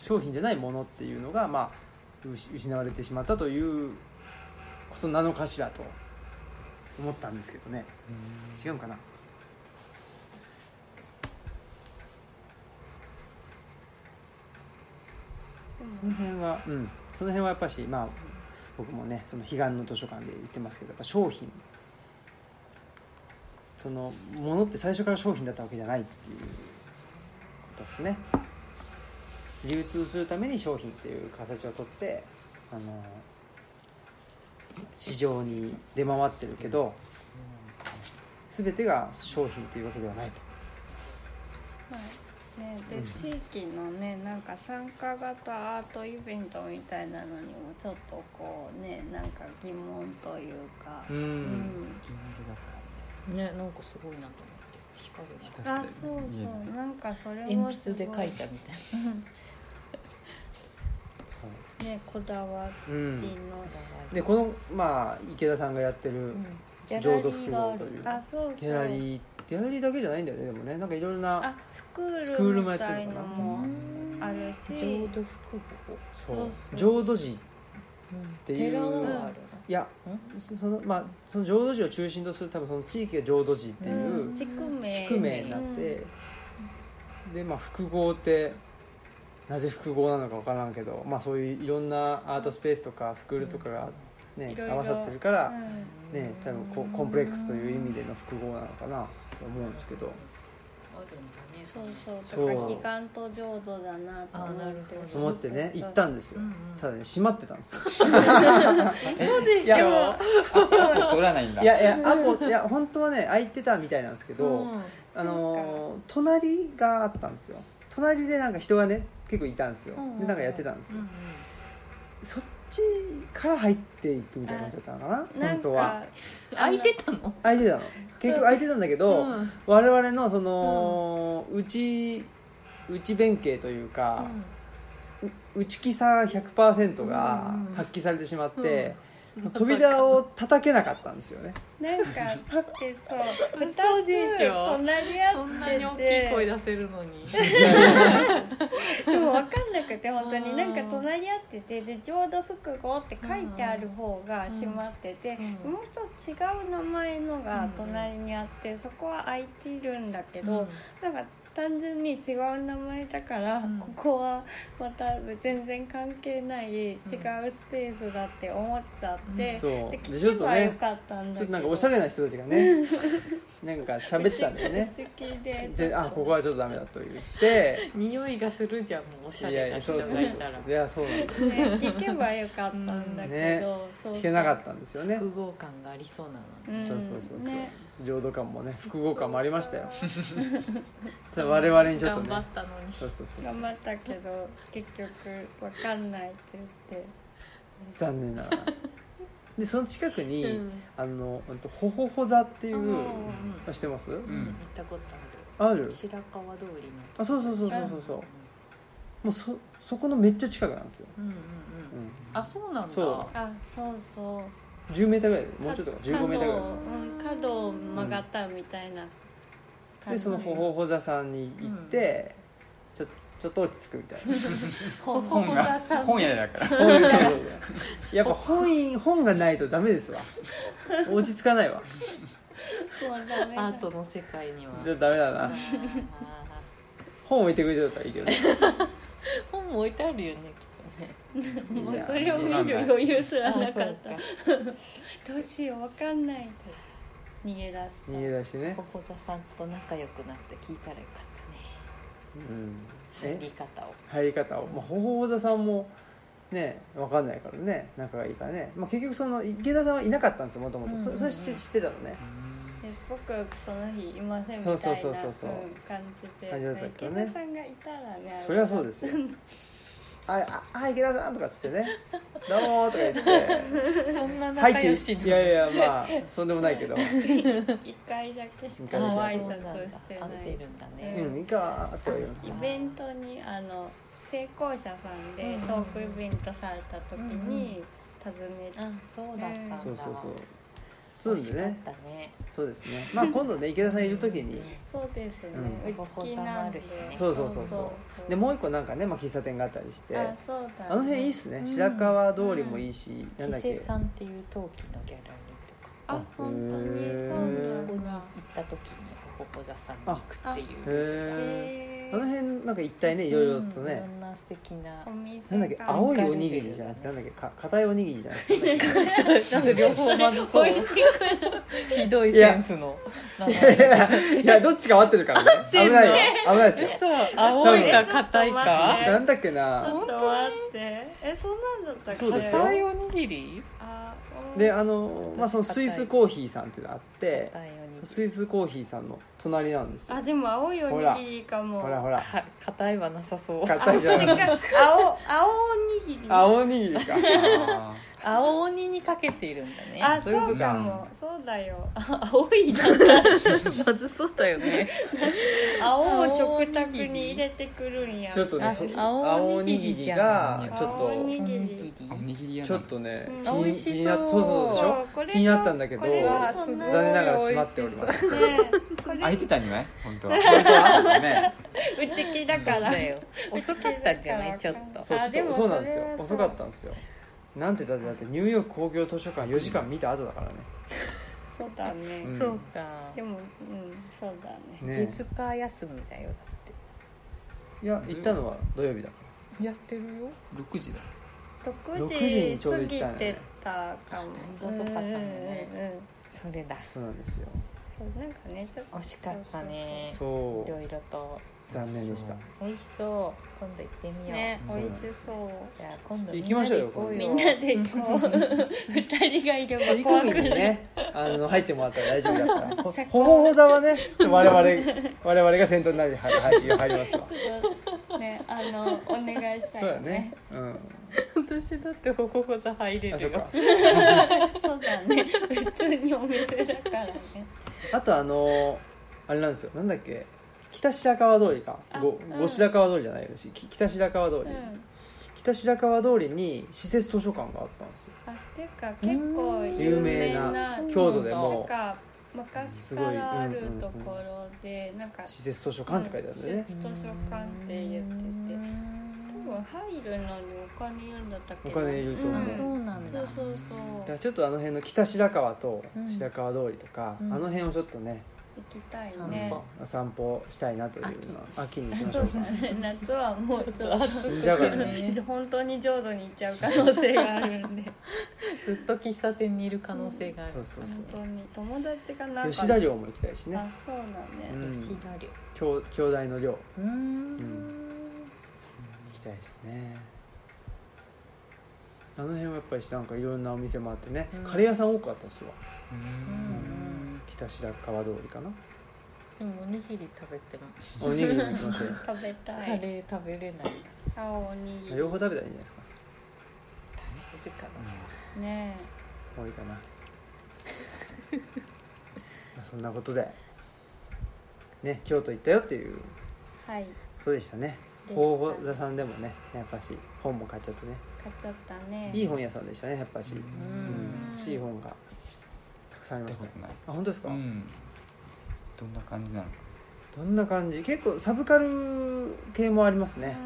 Speaker 1: 商品じゃないものっていうのがまあうし失われてしまったということなのかしらと思ったんですけどね違うかなその辺はうんその辺はやっぱしまあ僕もねその彼岸の図書館で言ってますけどやっぱ商品そのものって最初から商品だったわけじゃないっていうことですね流通するために商品っていう形をとってあの市場に出回ってるけど全てが商品というわけではないと
Speaker 2: はいね、で地域のねなんか参加型アートイベントみたいなのにもちょっとこうねなんか疑問というか、
Speaker 1: うん
Speaker 4: 金色だからね
Speaker 3: ねなんかすごいなと思って光るな
Speaker 4: 光
Speaker 2: あそう
Speaker 4: 見えない
Speaker 2: そうなんかそれも
Speaker 3: 鉛筆で描いたみたい
Speaker 1: そ
Speaker 2: ねこだわ
Speaker 1: う、う
Speaker 2: りの
Speaker 1: ん、、
Speaker 3: な
Speaker 1: でこのまあ池田さんがやってる
Speaker 3: うんギャ
Speaker 1: 浄
Speaker 3: ラ
Speaker 1: 土
Speaker 3: リ
Speaker 1: 複
Speaker 3: ー
Speaker 1: 合
Speaker 3: があ
Speaker 1: とい
Speaker 3: る
Speaker 1: う
Speaker 2: あそうそう
Speaker 1: ギャラリーギャラリーだけじゃないんだよねでもねなんかいろいろな
Speaker 2: あスク
Speaker 1: スクー
Speaker 2: ー
Speaker 1: ル
Speaker 2: ル
Speaker 1: もや
Speaker 2: み
Speaker 1: ってるのかな
Speaker 2: たいのもあるし
Speaker 3: 浄土複合
Speaker 2: そうそう
Speaker 1: 浄土寺て
Speaker 3: うん
Speaker 1: いう
Speaker 3: 寺がある
Speaker 1: いやそそのまあその浄土寺を中心とする多分その地域が浄土寺っていう、
Speaker 2: 地区名
Speaker 1: 地区名になって、でまあ複合ってなぜ複合なのか分からんけどまあそういういろんなアートスペースとかスクールとかがね、
Speaker 2: いろいろ
Speaker 1: 合わさってるから、
Speaker 2: うん
Speaker 1: ね多分こうコンプレックスという意味での複合なのかなと思うんですけど
Speaker 3: んだね
Speaker 2: そう
Speaker 3: う
Speaker 2: そうだから
Speaker 1: そう
Speaker 2: 悲願と浄土だなと
Speaker 3: あーな
Speaker 2: 思っ
Speaker 3: る
Speaker 2: て
Speaker 3: ほど
Speaker 1: 思ってね行ったんですよ、
Speaker 3: んうん
Speaker 1: ただね閉まってたんですよ
Speaker 3: 嘘で
Speaker 1: い
Speaker 3: しょ
Speaker 1: や
Speaker 2: [laughs]
Speaker 4: 取らないんだ
Speaker 1: いやいやあこいや本当はね空いてたみたいなんですけど、
Speaker 3: うん
Speaker 1: あのー隣があったんですよ隣でなんか人がね結構いたんですよ、
Speaker 2: うんうん
Speaker 1: でなんかやってたんです
Speaker 3: う
Speaker 1: よ、
Speaker 3: ん
Speaker 1: そっちから入っていくみたいな感じだったのかな
Speaker 2: な
Speaker 1: 本
Speaker 2: ん
Speaker 1: 当は
Speaker 2: か
Speaker 3: 空いてたの
Speaker 1: 空いてたの結局空いてたんだけど、
Speaker 3: うん
Speaker 1: 我々のその、うち内弁慶というか、う内気さ100%が
Speaker 3: うんうん
Speaker 1: 発揮されてしまって、扉を叩けなかったんですよね
Speaker 2: なんかだってそう
Speaker 3: 嘘でし
Speaker 2: 二つ
Speaker 3: ょ
Speaker 2: 隣り合ってて
Speaker 3: そんなに大きい声出せるのに
Speaker 2: でも分かんなくて本当
Speaker 3: う
Speaker 2: に
Speaker 3: ん
Speaker 2: なんか隣り合っててで浄土複合って書いてある方が閉まってて、
Speaker 3: うん
Speaker 2: もう一つ違う名前のが隣にあって、そこは空いてるんだけど、なんか単純に違う名前だから、
Speaker 3: うん
Speaker 2: ここはまた全然関係ない違うスペースだって思っちゃって、
Speaker 1: そう
Speaker 2: で
Speaker 1: で
Speaker 2: 聞
Speaker 1: ちょっ
Speaker 2: け
Speaker 1: と
Speaker 2: ばよ
Speaker 1: ね
Speaker 2: かったん
Speaker 1: ち
Speaker 2: だけど
Speaker 1: ょっとなんかおしゃれな人たちが
Speaker 2: [laughs]
Speaker 1: ねなんか喋ってたんだよね
Speaker 2: 口利きで
Speaker 1: であここはちょっとダメだと言っ
Speaker 3: [laughs]
Speaker 1: て
Speaker 3: 匂いがするじゃんもうおしゃ
Speaker 1: いや
Speaker 3: れ
Speaker 1: い
Speaker 3: な
Speaker 1: や
Speaker 3: 人
Speaker 1: そうそう
Speaker 3: がいたら
Speaker 1: いやそうなんです
Speaker 2: ね聞けばよかったんだけど、
Speaker 1: うんね
Speaker 2: そうそう
Speaker 1: 聞けなかったんですよね
Speaker 3: 複合感がありそうなのに
Speaker 2: うん
Speaker 1: そうそうそうそう、
Speaker 2: ね
Speaker 1: 浄土感もね複合感もありましたよさあ我々にちょっと
Speaker 3: 頑張
Speaker 1: ね
Speaker 3: ったのに
Speaker 1: そうそうそう
Speaker 2: 頑張ったけど結局わかんないって言って
Speaker 1: 残念ながらでその近くに、
Speaker 3: うん
Speaker 1: あのほんとほほほ座っていううんあ知ってます
Speaker 3: うん
Speaker 4: うん
Speaker 3: 行ったことあ
Speaker 1: あ
Speaker 3: る
Speaker 1: る
Speaker 3: 白川通りの
Speaker 1: あそうそうそうそうそうそうもうそそこのめっちゃ近くなんですよ、
Speaker 3: うんうんうん
Speaker 1: う
Speaker 3: うん
Speaker 1: ん、
Speaker 3: あそうなんだ
Speaker 1: そ
Speaker 2: あそうそう
Speaker 1: 10メーターぐらいもうちょっとか15メーターぐらい
Speaker 2: 角をうん角を曲がったみたいな
Speaker 1: でそのほほほ座さんに行って、ちょちょっと落ち着くみたいな
Speaker 3: ほほ
Speaker 4: 本
Speaker 3: ほ
Speaker 4: が
Speaker 3: ざさん
Speaker 4: 本屋だから
Speaker 1: [laughs] そういうそういう [laughs] やっぱ本本がないとダメですわ落ち着かないわ
Speaker 2: もうダメだ
Speaker 3: アートの世界には
Speaker 1: じゃダメだな
Speaker 3: あー
Speaker 1: 本置いてくれてたらいいけど
Speaker 3: 本も置いてあるよね
Speaker 1: [laughs]
Speaker 3: きっとね
Speaker 2: もうそれを見る余裕すらなかったどうしようわかんない逃げ出した
Speaker 1: 逃げ出してね
Speaker 3: ほ、ほざさんと仲良くなって聞いたらよかった
Speaker 1: うん、
Speaker 3: ね入
Speaker 1: え
Speaker 3: り方を
Speaker 1: 入り方を、まあ、ほほほ座さんもね分かんないからね仲がいいからね、まあ、結局その池田さんはいなかったんですよもともと
Speaker 3: うんうん
Speaker 1: そ
Speaker 3: うん
Speaker 1: それして知ってたのね
Speaker 2: で僕その日いませんみたい
Speaker 1: そう
Speaker 2: な
Speaker 1: そうそうそうそうん
Speaker 2: 感じで
Speaker 1: 感じだったけどね
Speaker 2: 池田さんがいたらね
Speaker 1: そりゃそうですよ「あああ池田さん」とかっつってね「どうも」とか言って
Speaker 3: [laughs] そん
Speaker 1: 入っ
Speaker 3: な仲
Speaker 1: て
Speaker 3: 良し
Speaker 1: いやいやまあそうでもないけど
Speaker 2: 一回だけし
Speaker 1: 一回だ
Speaker 2: か
Speaker 1: け
Speaker 2: ご
Speaker 1: あ
Speaker 2: 挨
Speaker 1: そう
Speaker 2: 拶をしてない
Speaker 3: 会ってるんだ
Speaker 1: 「う
Speaker 3: ね
Speaker 1: んいいか」とか言うんです
Speaker 2: イ
Speaker 1: よ
Speaker 2: ベントにあの成功者さんで
Speaker 3: うん
Speaker 2: トークイベントされた時に訪ねて、
Speaker 3: あそうだったんだ
Speaker 1: そうそうそう
Speaker 3: 惜
Speaker 1: そ
Speaker 3: し
Speaker 1: うんで
Speaker 3: かっ
Speaker 1: ね
Speaker 3: たね
Speaker 1: そうですねまあ今度ね池田さんいる時に
Speaker 2: そうですね、
Speaker 1: う
Speaker 2: うんちきなんで
Speaker 3: ここ収まるしね
Speaker 1: そうそうそうそうでもう一個なんかね、まあ、喫茶店があったりして
Speaker 2: あ
Speaker 1: あ
Speaker 2: そうだ、ね、
Speaker 1: の辺いいっすね白川通りもいいし、なんだ
Speaker 3: 千
Speaker 1: っけ
Speaker 3: 世さんっていう陶器のギャラリーとか
Speaker 2: あ本当に
Speaker 1: へ
Speaker 2: そ
Speaker 3: そうこ
Speaker 2: だ
Speaker 3: に
Speaker 2: な
Speaker 3: 行った時にほほほ座さんに行くっていうルートが
Speaker 1: へ
Speaker 2: へ
Speaker 1: ーあの辺なんか一体ねいろいろと
Speaker 3: うんいろ
Speaker 1: ね、
Speaker 3: んな素敵な
Speaker 2: お店
Speaker 1: なんだっけ
Speaker 2: が [laughs]
Speaker 1: 青いおにぎりじゃなくてなんだっけか硬いおにぎりじゃなくてなんだっ
Speaker 3: なんか両方まず
Speaker 1: [laughs]
Speaker 3: そう
Speaker 2: 美味しくな
Speaker 3: ひどいセンスのなんか
Speaker 1: けいやいやどっちか合ってるからね
Speaker 3: て
Speaker 1: 危
Speaker 3: んの
Speaker 1: ないよ危ないですよ
Speaker 3: 嘘青いか硬い
Speaker 2: 多
Speaker 3: か
Speaker 2: 分
Speaker 1: なんだっけ
Speaker 2: ちょ
Speaker 1: な
Speaker 2: っと待ってえそんなんだったっけ
Speaker 1: そうですよ
Speaker 3: 硬いおにぎり
Speaker 2: あお
Speaker 1: であの、まあ、そのスイスコーヒーさんっていうのがあって
Speaker 3: 硬いおにぎ
Speaker 1: スイスコーヒーさんの隣なんですよ
Speaker 2: あでも青いおにぎりかも
Speaker 1: ほらほ
Speaker 3: り
Speaker 1: ら
Speaker 3: は硬いはなさそう
Speaker 1: 硬いじゃ
Speaker 2: 違う
Speaker 1: ん
Speaker 2: 青青おにぎり
Speaker 1: 青おにぎ [laughs] りか
Speaker 4: あ
Speaker 3: 青鬼にかけているんだね
Speaker 2: あ
Speaker 1: そういうこ
Speaker 2: そ
Speaker 1: と
Speaker 2: うか
Speaker 1: か
Speaker 2: もそうだよ
Speaker 3: 青いなんかまずそうだよね
Speaker 2: 青を食卓に入れてくるんや
Speaker 1: ちょっとね
Speaker 3: あ
Speaker 1: そ
Speaker 3: 青
Speaker 1: 青
Speaker 3: お
Speaker 1: お
Speaker 3: に
Speaker 1: に
Speaker 3: ぎ
Speaker 1: ぎ
Speaker 3: り
Speaker 1: り
Speaker 3: じゃん
Speaker 1: がちょっ
Speaker 2: 青お
Speaker 1: と
Speaker 2: に
Speaker 3: おにぎ
Speaker 4: ーお
Speaker 3: り
Speaker 4: にぎり屋
Speaker 1: ち
Speaker 4: な
Speaker 1: ょ
Speaker 4: ん
Speaker 1: っ
Speaker 4: だ
Speaker 1: とね
Speaker 2: うん
Speaker 1: 気に
Speaker 3: 美味
Speaker 1: 気に
Speaker 3: しそう
Speaker 1: なそうそうでし
Speaker 2: そ
Speaker 1: ょ
Speaker 2: うこれが
Speaker 1: 気になったんだけど
Speaker 2: これが
Speaker 3: 残
Speaker 2: この
Speaker 1: 残念ながら閉まっておりますす
Speaker 2: ね [laughs] こ
Speaker 4: 開
Speaker 2: れ
Speaker 4: いてたんじゃない本
Speaker 3: [laughs]
Speaker 4: 当は本当はね
Speaker 2: うちきだか
Speaker 3: そう
Speaker 2: ら
Speaker 3: だよ [laughs] 遅かったんじゃないちょっと
Speaker 1: そう
Speaker 2: あ
Speaker 1: ちょっ
Speaker 2: でも
Speaker 1: とそうなんですよ
Speaker 2: それはそう
Speaker 1: 遅かったんですよなんてだってだってニューヨーク公共図書館4時間見た後だからね、
Speaker 2: そうだね
Speaker 1: うん
Speaker 3: そうか
Speaker 2: でもうんそうだね
Speaker 1: ね
Speaker 3: 月火休みだよだ
Speaker 1: いや行ったのは土曜日だか
Speaker 3: ってやってるよ
Speaker 4: 6時だ
Speaker 2: 六
Speaker 1: 6時に
Speaker 2: 時
Speaker 1: ちょう
Speaker 2: 過
Speaker 1: ど行
Speaker 2: ぎ
Speaker 1: ったんだね
Speaker 2: てたかも
Speaker 3: あだいぶ遅かったもんね
Speaker 2: うんうんうん
Speaker 3: それだ
Speaker 1: らそうなんですよ
Speaker 3: そ
Speaker 2: そうなんかねちょっと
Speaker 3: 惜しかったね
Speaker 1: そ
Speaker 3: いうろいろと
Speaker 1: 残念でした
Speaker 3: 美味しそう今度行ってみよう、
Speaker 2: ね
Speaker 1: そうな
Speaker 2: 美
Speaker 1: んで
Speaker 2: 味
Speaker 1: す
Speaker 2: しそう
Speaker 3: じゃあ今度み
Speaker 1: 行
Speaker 3: ん
Speaker 1: きま
Speaker 3: な
Speaker 1: しょう
Speaker 3: で
Speaker 1: よ
Speaker 3: 行こうよ
Speaker 2: みんなでこう二人がいれば
Speaker 1: 飛び
Speaker 2: 怖
Speaker 1: 込
Speaker 2: く
Speaker 1: みに
Speaker 2: ない
Speaker 1: ねあの入ってもらったら大丈夫だから [laughs] ほ
Speaker 2: 社交
Speaker 1: ほぼほざはねちょっと我々我々が先頭になりはは入りますわ
Speaker 2: ねあのお願いしたい
Speaker 1: そう
Speaker 2: よ
Speaker 1: だねうん
Speaker 3: 私だってほこほざ入れ
Speaker 1: あそ
Speaker 3: る
Speaker 1: うか
Speaker 2: [laughs]
Speaker 3: よ
Speaker 2: そうだね普通にお店だからね
Speaker 1: あとあのあれなんですよなんだっけ北白川通りかご
Speaker 2: あうん
Speaker 1: 五白川通りじゃないよしき北白川通
Speaker 2: う
Speaker 1: り、
Speaker 2: ん
Speaker 1: 北白川通りに施設図書館があったんですよ
Speaker 2: あっていうか結構有
Speaker 1: 有名
Speaker 2: 名な
Speaker 1: な
Speaker 2: なん
Speaker 1: 郷土でも
Speaker 2: か昔からあるところでなんか
Speaker 1: 施設図書館って書いてあるんだよね
Speaker 2: うん図書館って言ってて多分入るのにお金いるんだったっけ
Speaker 1: お金いると思う
Speaker 3: あ
Speaker 2: ん
Speaker 3: そうなん
Speaker 2: そ
Speaker 3: だ
Speaker 2: うそうそう
Speaker 1: だか
Speaker 2: 行
Speaker 1: らちょっとあの辺の北白川と
Speaker 3: うん
Speaker 1: 白川通りとか、
Speaker 3: うん
Speaker 1: あの辺をちょっとね、
Speaker 2: きたい
Speaker 3: 散
Speaker 2: ね
Speaker 3: 歩
Speaker 1: 散歩したいなというのは秋
Speaker 3: 秋
Speaker 1: にしまし
Speaker 2: そ
Speaker 1: ょう
Speaker 2: う
Speaker 1: か
Speaker 2: だね夏はもうちょっと
Speaker 1: 死んじゃうからね
Speaker 2: 本当に浄土に行っちゃう可能性があるんで
Speaker 3: ずっと喫茶店にいる可能性がある
Speaker 1: そうそう
Speaker 2: 本当に友達がなんか
Speaker 1: 吉田寮も行きたいしね
Speaker 2: あそうだ
Speaker 1: う
Speaker 2: ね
Speaker 1: ん
Speaker 3: 吉田寮
Speaker 1: 兄兄弟の寮
Speaker 3: うーん
Speaker 1: 行きたいですねあの辺はやっぱりなんかいろんなお店もあってね、
Speaker 3: うん
Speaker 1: カレー屋さん多かったっすわ
Speaker 4: う
Speaker 3: うん
Speaker 1: 北白川通りかな
Speaker 3: でもおにぎり食べても
Speaker 1: おにぎりも行きましょうよ
Speaker 2: 食べた
Speaker 3: カ
Speaker 2: い
Speaker 3: レー食べれない食
Speaker 2: 青おにぎり
Speaker 1: 両方食べたらいいんじゃないですか
Speaker 3: べれるかな
Speaker 2: ね
Speaker 1: 多いかなまあそんなことでね京都行ったよっていう
Speaker 2: えはい
Speaker 1: そうでしたね
Speaker 2: でした
Speaker 1: 候補座さんでもねやっぱし本も買っちゃってね
Speaker 2: 買っちゃったね
Speaker 1: いい本屋さんでしたねやっぱし、うん
Speaker 3: ん
Speaker 1: 欲しい本がたくさんありま
Speaker 4: 見
Speaker 1: したた
Speaker 4: こ
Speaker 1: あ
Speaker 4: とない
Speaker 1: 本当ですか、
Speaker 4: うんどんな感じなのか
Speaker 1: どんな感じ結構サブカル系もあります
Speaker 2: う
Speaker 1: ね、
Speaker 2: ん、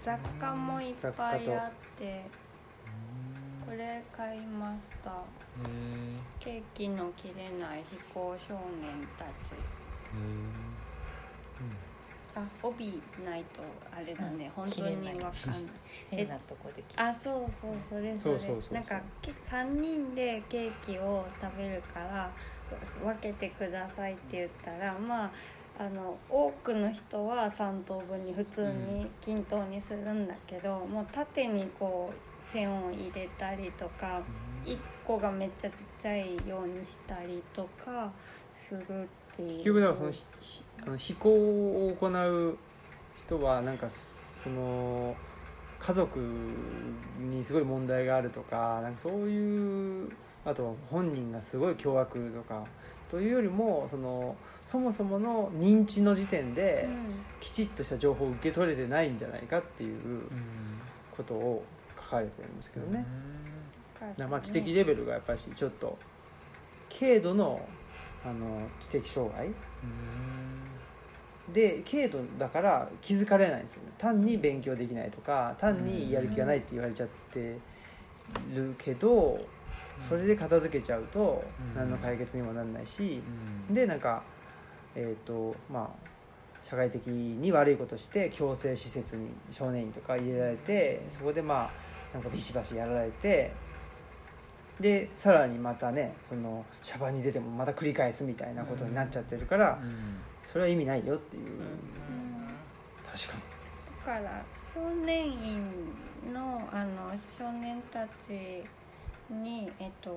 Speaker 2: 雑貨もいっぱいあってこれ買いました
Speaker 4: へえ
Speaker 2: ケーキの切れない非行少年たちあ帯ないとあれだね、
Speaker 3: うん
Speaker 2: 本当に
Speaker 3: 切れない
Speaker 2: わかんない
Speaker 3: 変なとこで来た
Speaker 2: あそうそうそれそれ
Speaker 1: そうそうそうそう
Speaker 2: なんかけ3人でケーキを食べるから分けてくださいって言ったらまああの多くの人は3等分に普通に均等にするんだけど、もう縦にこう線を入れたりとか1個がめっちゃちっちゃいようにしたりとかするっていう
Speaker 1: 結局だからそのひひあの非行を行う人はなんかその家族にすごい問題があるとかなんかそういうあと本人がすごい凶悪とかというよりもそのそもそもの認知の時点で
Speaker 2: うん
Speaker 1: きちっとした情報を受け取れてないんじゃないかっていうことを書かれてるんですけどね。だからまあ知的レベルがやっぱりちょっと軽度のあの知的障害で軽度だから気づかれないんですよね単に勉強できないとか単にやる気がないって言われちゃってるけどそれで片付けちゃうと
Speaker 4: うん
Speaker 1: 何の解決にもならないしでなんかえっ、とまあ社会的に悪いことして強制施設に少年院とか入れられてそこでまあなんかビシバシやられてでさらにまたねそのシャバに出てもまた繰り返すみたいなことになっちゃってるから、それは意味ないよっていう、
Speaker 2: うん
Speaker 1: 確か
Speaker 2: だから少年院のあの少年たちにえっと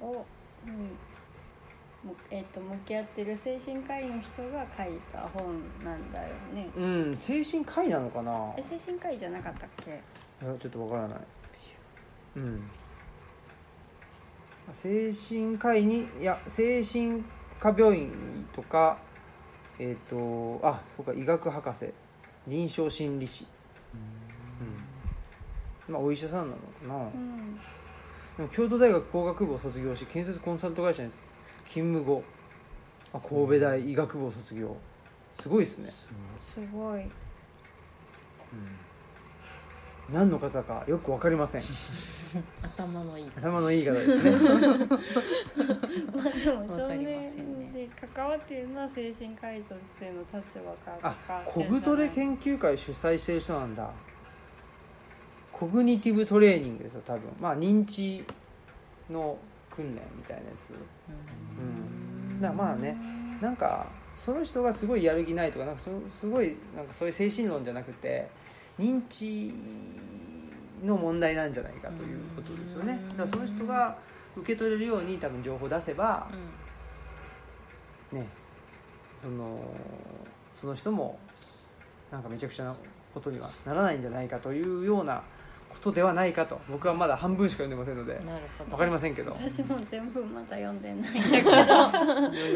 Speaker 2: をにむえっと向き合ってる精神科医の人が書いた本なんだよね。
Speaker 1: にうん精神科医なのかな
Speaker 2: え精神科医じゃなかったっけ？
Speaker 1: いやちょっとわからないうん精神科医にいや精神科病院とかえっ、とあそうか医学博士臨床心理士うんまあお医者さんなのかな
Speaker 2: う、ん。
Speaker 1: でも京都大学工学部を卒業し建設コンサルト会社に勤務後あ神戸大医学部を卒業すごいですね
Speaker 2: すごい。
Speaker 1: 何の方かよく分かりません
Speaker 3: 頭のいい
Speaker 1: 頭のいい方ですね
Speaker 2: まあでも
Speaker 3: わ
Speaker 2: 少
Speaker 3: かりま
Speaker 2: 年
Speaker 3: せんね
Speaker 2: で関わってるのは精神科医としての立場から
Speaker 1: あ
Speaker 2: 関わっ
Speaker 1: コ
Speaker 2: てるん
Speaker 1: グ
Speaker 2: じゃ
Speaker 1: ト
Speaker 2: な
Speaker 1: レ
Speaker 2: い
Speaker 1: 研究会主催してる人なんだコグニティブトレーニングですよ多分まあ認知の訓練みたいなやつ
Speaker 3: う
Speaker 1: う
Speaker 3: ん
Speaker 1: んだからまあねなんかその人がすごいやる気ないとかなんかそすごいなんかそういう精神論じゃなくて認知の問題なんじゃないかということですよね
Speaker 3: う
Speaker 1: だ
Speaker 3: ん
Speaker 1: からその人が受け取れるように多分情報を出せば
Speaker 3: うん
Speaker 1: ねそのその人もなんかめちゃくちゃなことにはならないんじゃないかというようなことではないかと僕はまだ半分しか読んでませんので
Speaker 3: なるほど
Speaker 1: わかりま
Speaker 3: せ
Speaker 1: せん
Speaker 3: [laughs]
Speaker 1: けど
Speaker 2: 私も全部まだ読んで [laughs] ないんだけど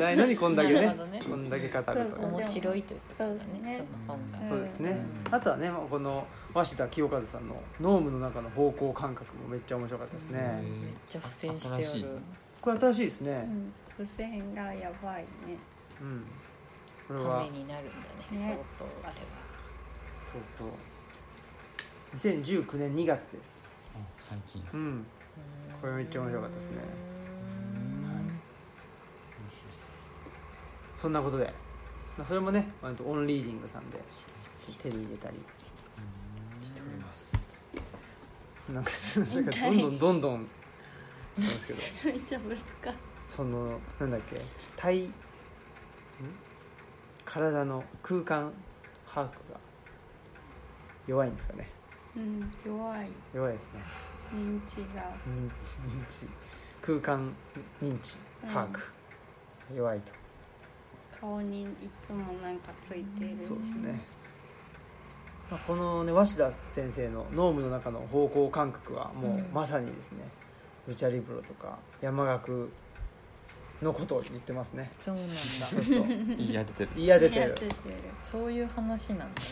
Speaker 1: ないのにこんだけ
Speaker 3: なる
Speaker 1: ね
Speaker 3: ほどね
Speaker 1: こんだけ語るという
Speaker 2: そう
Speaker 3: 面白いということだね
Speaker 2: そう
Speaker 3: その本が
Speaker 2: うん
Speaker 1: そうですね、
Speaker 4: うん
Speaker 1: あとはねこの鷲田清和さんの「ノームの中の方向感覚」もめっちゃ面白かったですね、
Speaker 4: うん
Speaker 3: めっちゃ付箋してあ
Speaker 4: 新しい
Speaker 3: る
Speaker 1: これ新しいですね
Speaker 2: うん付箋がやばいね
Speaker 1: うん、これ
Speaker 3: た
Speaker 1: は
Speaker 3: めになるんだね相
Speaker 2: ね
Speaker 3: 当あれは
Speaker 1: そうそう2019年2月です
Speaker 4: あ最
Speaker 3: [laughs]
Speaker 4: 近
Speaker 1: うんこれめっちゃ面白かったですねそんなことで、まあ、それもね割とオンリーディングさんで手に入れたりしておりますなんかなんかどんどんどんどんなんですけど
Speaker 2: [laughs] めっちゃぶつかっ
Speaker 1: そのなんだっけ体ん体の空間把握が弱いんですかね
Speaker 2: うん弱い
Speaker 1: 弱いですね
Speaker 2: 認知が
Speaker 1: 認認知空間認知把握、弱いと
Speaker 2: 顔にいつもなんかついてる
Speaker 1: そうですね、まあ、このね鷲田先生の「ノームの中の方向感覚」はもうまさにですね、ルチャリブロとか山岳のことを言ってますね
Speaker 3: そうなんだ
Speaker 1: そう
Speaker 3: [laughs]
Speaker 1: そう
Speaker 4: 言い当ててる
Speaker 1: 言い当てて
Speaker 2: や
Speaker 1: る
Speaker 2: っててる
Speaker 3: そういう話なんだね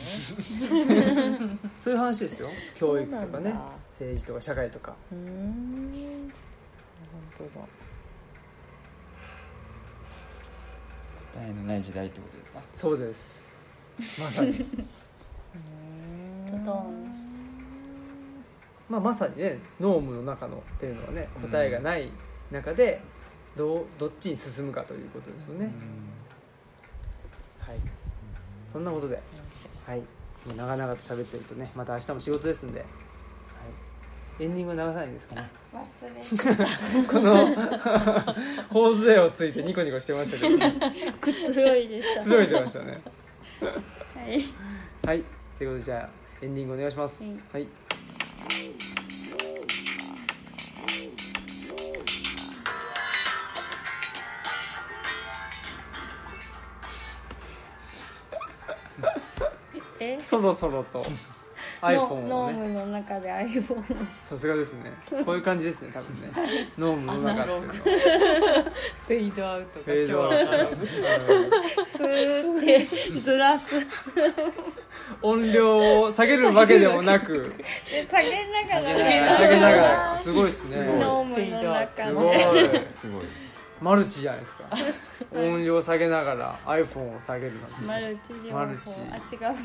Speaker 1: そういう話ですよ教育と
Speaker 3: そ
Speaker 1: か
Speaker 3: うな
Speaker 1: ね
Speaker 3: んだ
Speaker 1: 政治とか社会とか
Speaker 3: うーん本当だ
Speaker 4: 答えのない時代ってことですか
Speaker 1: そう
Speaker 3: [laughs]
Speaker 1: ですまさに
Speaker 3: う
Speaker 2: ド
Speaker 3: ーん
Speaker 2: ドン
Speaker 1: まあまさにねノームの中のっていうのはね答えがない中でどうどっちに進むかということですよね、はいそんなことではいもう長々と喋ってるとねまた明日も仕事ですんで、はい、エンディング流さないんですかね
Speaker 2: 忘れて
Speaker 1: [laughs] この [laughs] 頬杖をついてニコニコしてましたけど、 [laughs] ね、
Speaker 2: くつろいでした
Speaker 1: つろいでましたね
Speaker 2: はい
Speaker 1: はいということでじゃあエンディングお願いします、はい
Speaker 2: え
Speaker 1: そろそ [laughs] ろと
Speaker 2: の
Speaker 1: iPhone
Speaker 2: ノ
Speaker 1: を
Speaker 2: ー
Speaker 1: ね
Speaker 2: ムの中で iPhone を
Speaker 1: さすがですねこういう感じですね多分ね [laughs] ノームの中っていうのは
Speaker 3: フェードアウト
Speaker 1: フェ
Speaker 3: が
Speaker 1: ード
Speaker 3: 超
Speaker 1: アウト [laughs]
Speaker 2: スーってずらす
Speaker 1: 音量を下げるわけでもな [laughs] く
Speaker 2: で下げながら
Speaker 1: 下げながらすごいですね
Speaker 2: ノームの
Speaker 1: す
Speaker 2: 中
Speaker 1: ごい
Speaker 2: で
Speaker 4: [laughs] すごい
Speaker 1: マルチじゃないです [laughs] か音量下げながら iPhone を下げるなんて
Speaker 2: マルチ情報
Speaker 1: マルチ
Speaker 2: あ違う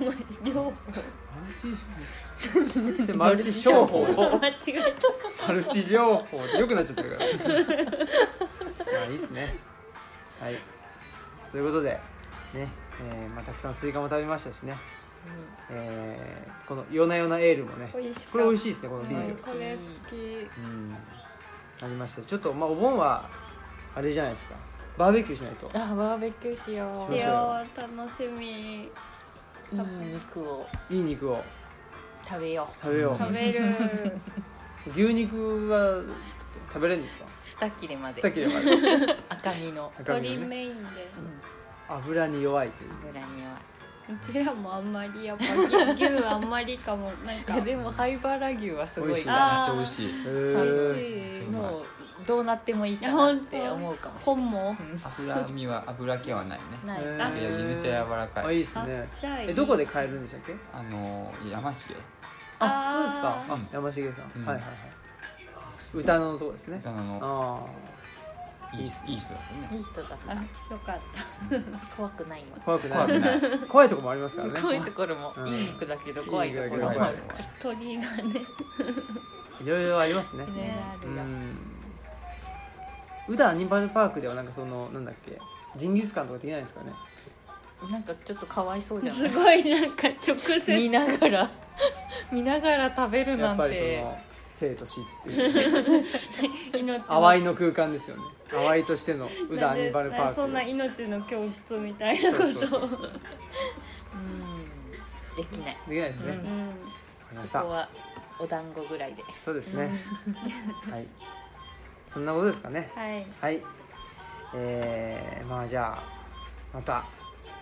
Speaker 2: マ
Speaker 1: マ
Speaker 2: ルチ情報
Speaker 1: ルチ商法
Speaker 2: 間違え
Speaker 1: マルチ療法ってよくなっちゃってるからまあいいっすねはいということでね、えーまあ、たくさんスイカも食べましたしね、えーこの「夜な夜なエール」もね
Speaker 2: た美味しかった
Speaker 1: これ美味しいですねこのビー
Speaker 2: う
Speaker 1: ル
Speaker 2: んこれ好き
Speaker 1: うんありましたちょっとまあお盆はあれじゃないですかバーベキューしないと
Speaker 3: あバーベキューしよ
Speaker 1: し
Speaker 3: う
Speaker 1: ま
Speaker 2: い
Speaker 1: しょう
Speaker 2: や楽しみ
Speaker 3: いい肉を
Speaker 1: いい肉を
Speaker 3: 食べよ
Speaker 1: 食べよ [laughs]
Speaker 2: 食べる
Speaker 1: う牛肉は食べれるんですか
Speaker 3: う二切れまで
Speaker 1: さっきよりはね
Speaker 3: 赤身の
Speaker 1: 赤身
Speaker 2: 鶏
Speaker 1: のね
Speaker 2: メインで
Speaker 1: 油に弱いという
Speaker 3: 油には
Speaker 2: うちらもあんまりやっぱ牛牛あんまりかもなんか
Speaker 3: いや [laughs] でもハイバラ牛はすご
Speaker 1: 美味
Speaker 3: い
Speaker 1: しい
Speaker 3: か
Speaker 2: あ
Speaker 3: ら
Speaker 4: めっちゃ美味しい
Speaker 1: へ
Speaker 2: 美味
Speaker 1: ー
Speaker 2: しい
Speaker 4: ー
Speaker 3: もうどうなってもいいかなって
Speaker 2: いや本当
Speaker 3: 思うかもしれ
Speaker 2: 本も
Speaker 4: 脂身は脂気はないね
Speaker 3: ない
Speaker 1: へ
Speaker 3: ない
Speaker 1: ー
Speaker 4: いやめちゃ柔ら
Speaker 1: あ
Speaker 4: か
Speaker 1: い
Speaker 4: い
Speaker 1: いです
Speaker 2: あ
Speaker 1: ね
Speaker 2: じゃあいい
Speaker 1: えどこで買えるんでしたっけ
Speaker 4: あのー山重
Speaker 1: あそう
Speaker 2: あ
Speaker 1: ですかあ山重さん、
Speaker 4: うん
Speaker 1: はいはいはい歌のとこですね
Speaker 4: あの
Speaker 1: あ
Speaker 4: いいいい人だったね
Speaker 3: いい人だっ
Speaker 2: あ
Speaker 3: た
Speaker 2: よかった
Speaker 3: 怖くないよ
Speaker 1: あ怖くない
Speaker 4: 怖くない
Speaker 1: [laughs] 怖いとこもありますからね
Speaker 3: [laughs] 怖いところも
Speaker 1: うん
Speaker 3: いい肉だけど怖いとこ
Speaker 1: いい
Speaker 3: ろ
Speaker 1: 肉
Speaker 3: も
Speaker 1: だ
Speaker 3: あ
Speaker 1: け
Speaker 3: る
Speaker 1: ど
Speaker 3: から
Speaker 2: 鳥がね
Speaker 1: いろいろありますね
Speaker 3: いろいろあ
Speaker 1: う
Speaker 3: るよ
Speaker 1: ん宇田アニマルパークではなんかそのなんだっけジンギスカンとかできないんですかね
Speaker 3: なんかちょっとかわいそうじゃな
Speaker 2: す
Speaker 3: い
Speaker 2: ごいなんか直
Speaker 3: [laughs] 見
Speaker 2: 接
Speaker 3: ながら [laughs] 見ながら食べる
Speaker 1: や
Speaker 3: な
Speaker 1: っ
Speaker 3: ん
Speaker 1: ぱりそ
Speaker 3: て
Speaker 1: の生と死っていう
Speaker 2: 命の
Speaker 1: 淡いの空間ですよね淡いとしての宇田アニバルパーク
Speaker 2: そんな命の教室みたいなこと
Speaker 1: そうそう
Speaker 2: を
Speaker 3: うんできない
Speaker 1: できないですね、
Speaker 3: うん
Speaker 1: わかりまし
Speaker 3: そ
Speaker 1: た
Speaker 3: こはお団子ぐらいで
Speaker 1: そうですね、 [laughs] はいそんなことですかね
Speaker 2: はい
Speaker 1: はいえー、まあじゃあまた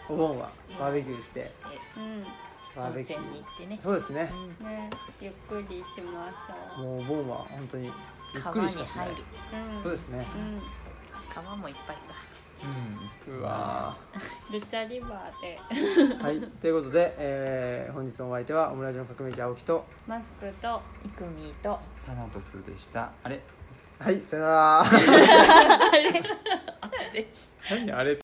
Speaker 1: お盆はバーベキューして
Speaker 3: して
Speaker 2: うん
Speaker 1: バー
Speaker 3: 温
Speaker 1: ベキュ
Speaker 3: 泉
Speaker 1: ー
Speaker 3: に行ってね
Speaker 1: そうですね
Speaker 3: うん
Speaker 2: ねゆっくりしましょう
Speaker 1: もうお盆は本当にゆっく
Speaker 3: 川
Speaker 1: り
Speaker 3: に
Speaker 1: しかしない
Speaker 3: 入る
Speaker 2: うん
Speaker 1: そうですね
Speaker 2: うん
Speaker 3: 川もいっぱいだ
Speaker 4: うん
Speaker 1: うわ
Speaker 2: ルチャリバーで
Speaker 1: ーはいということで、えー本日のお相手はオムラジの革命児青木と
Speaker 2: マスクと
Speaker 3: いくみーと
Speaker 4: タナトスでしたあれ
Speaker 1: [laughs] はいさよなら
Speaker 3: あれ
Speaker 1: 何あれ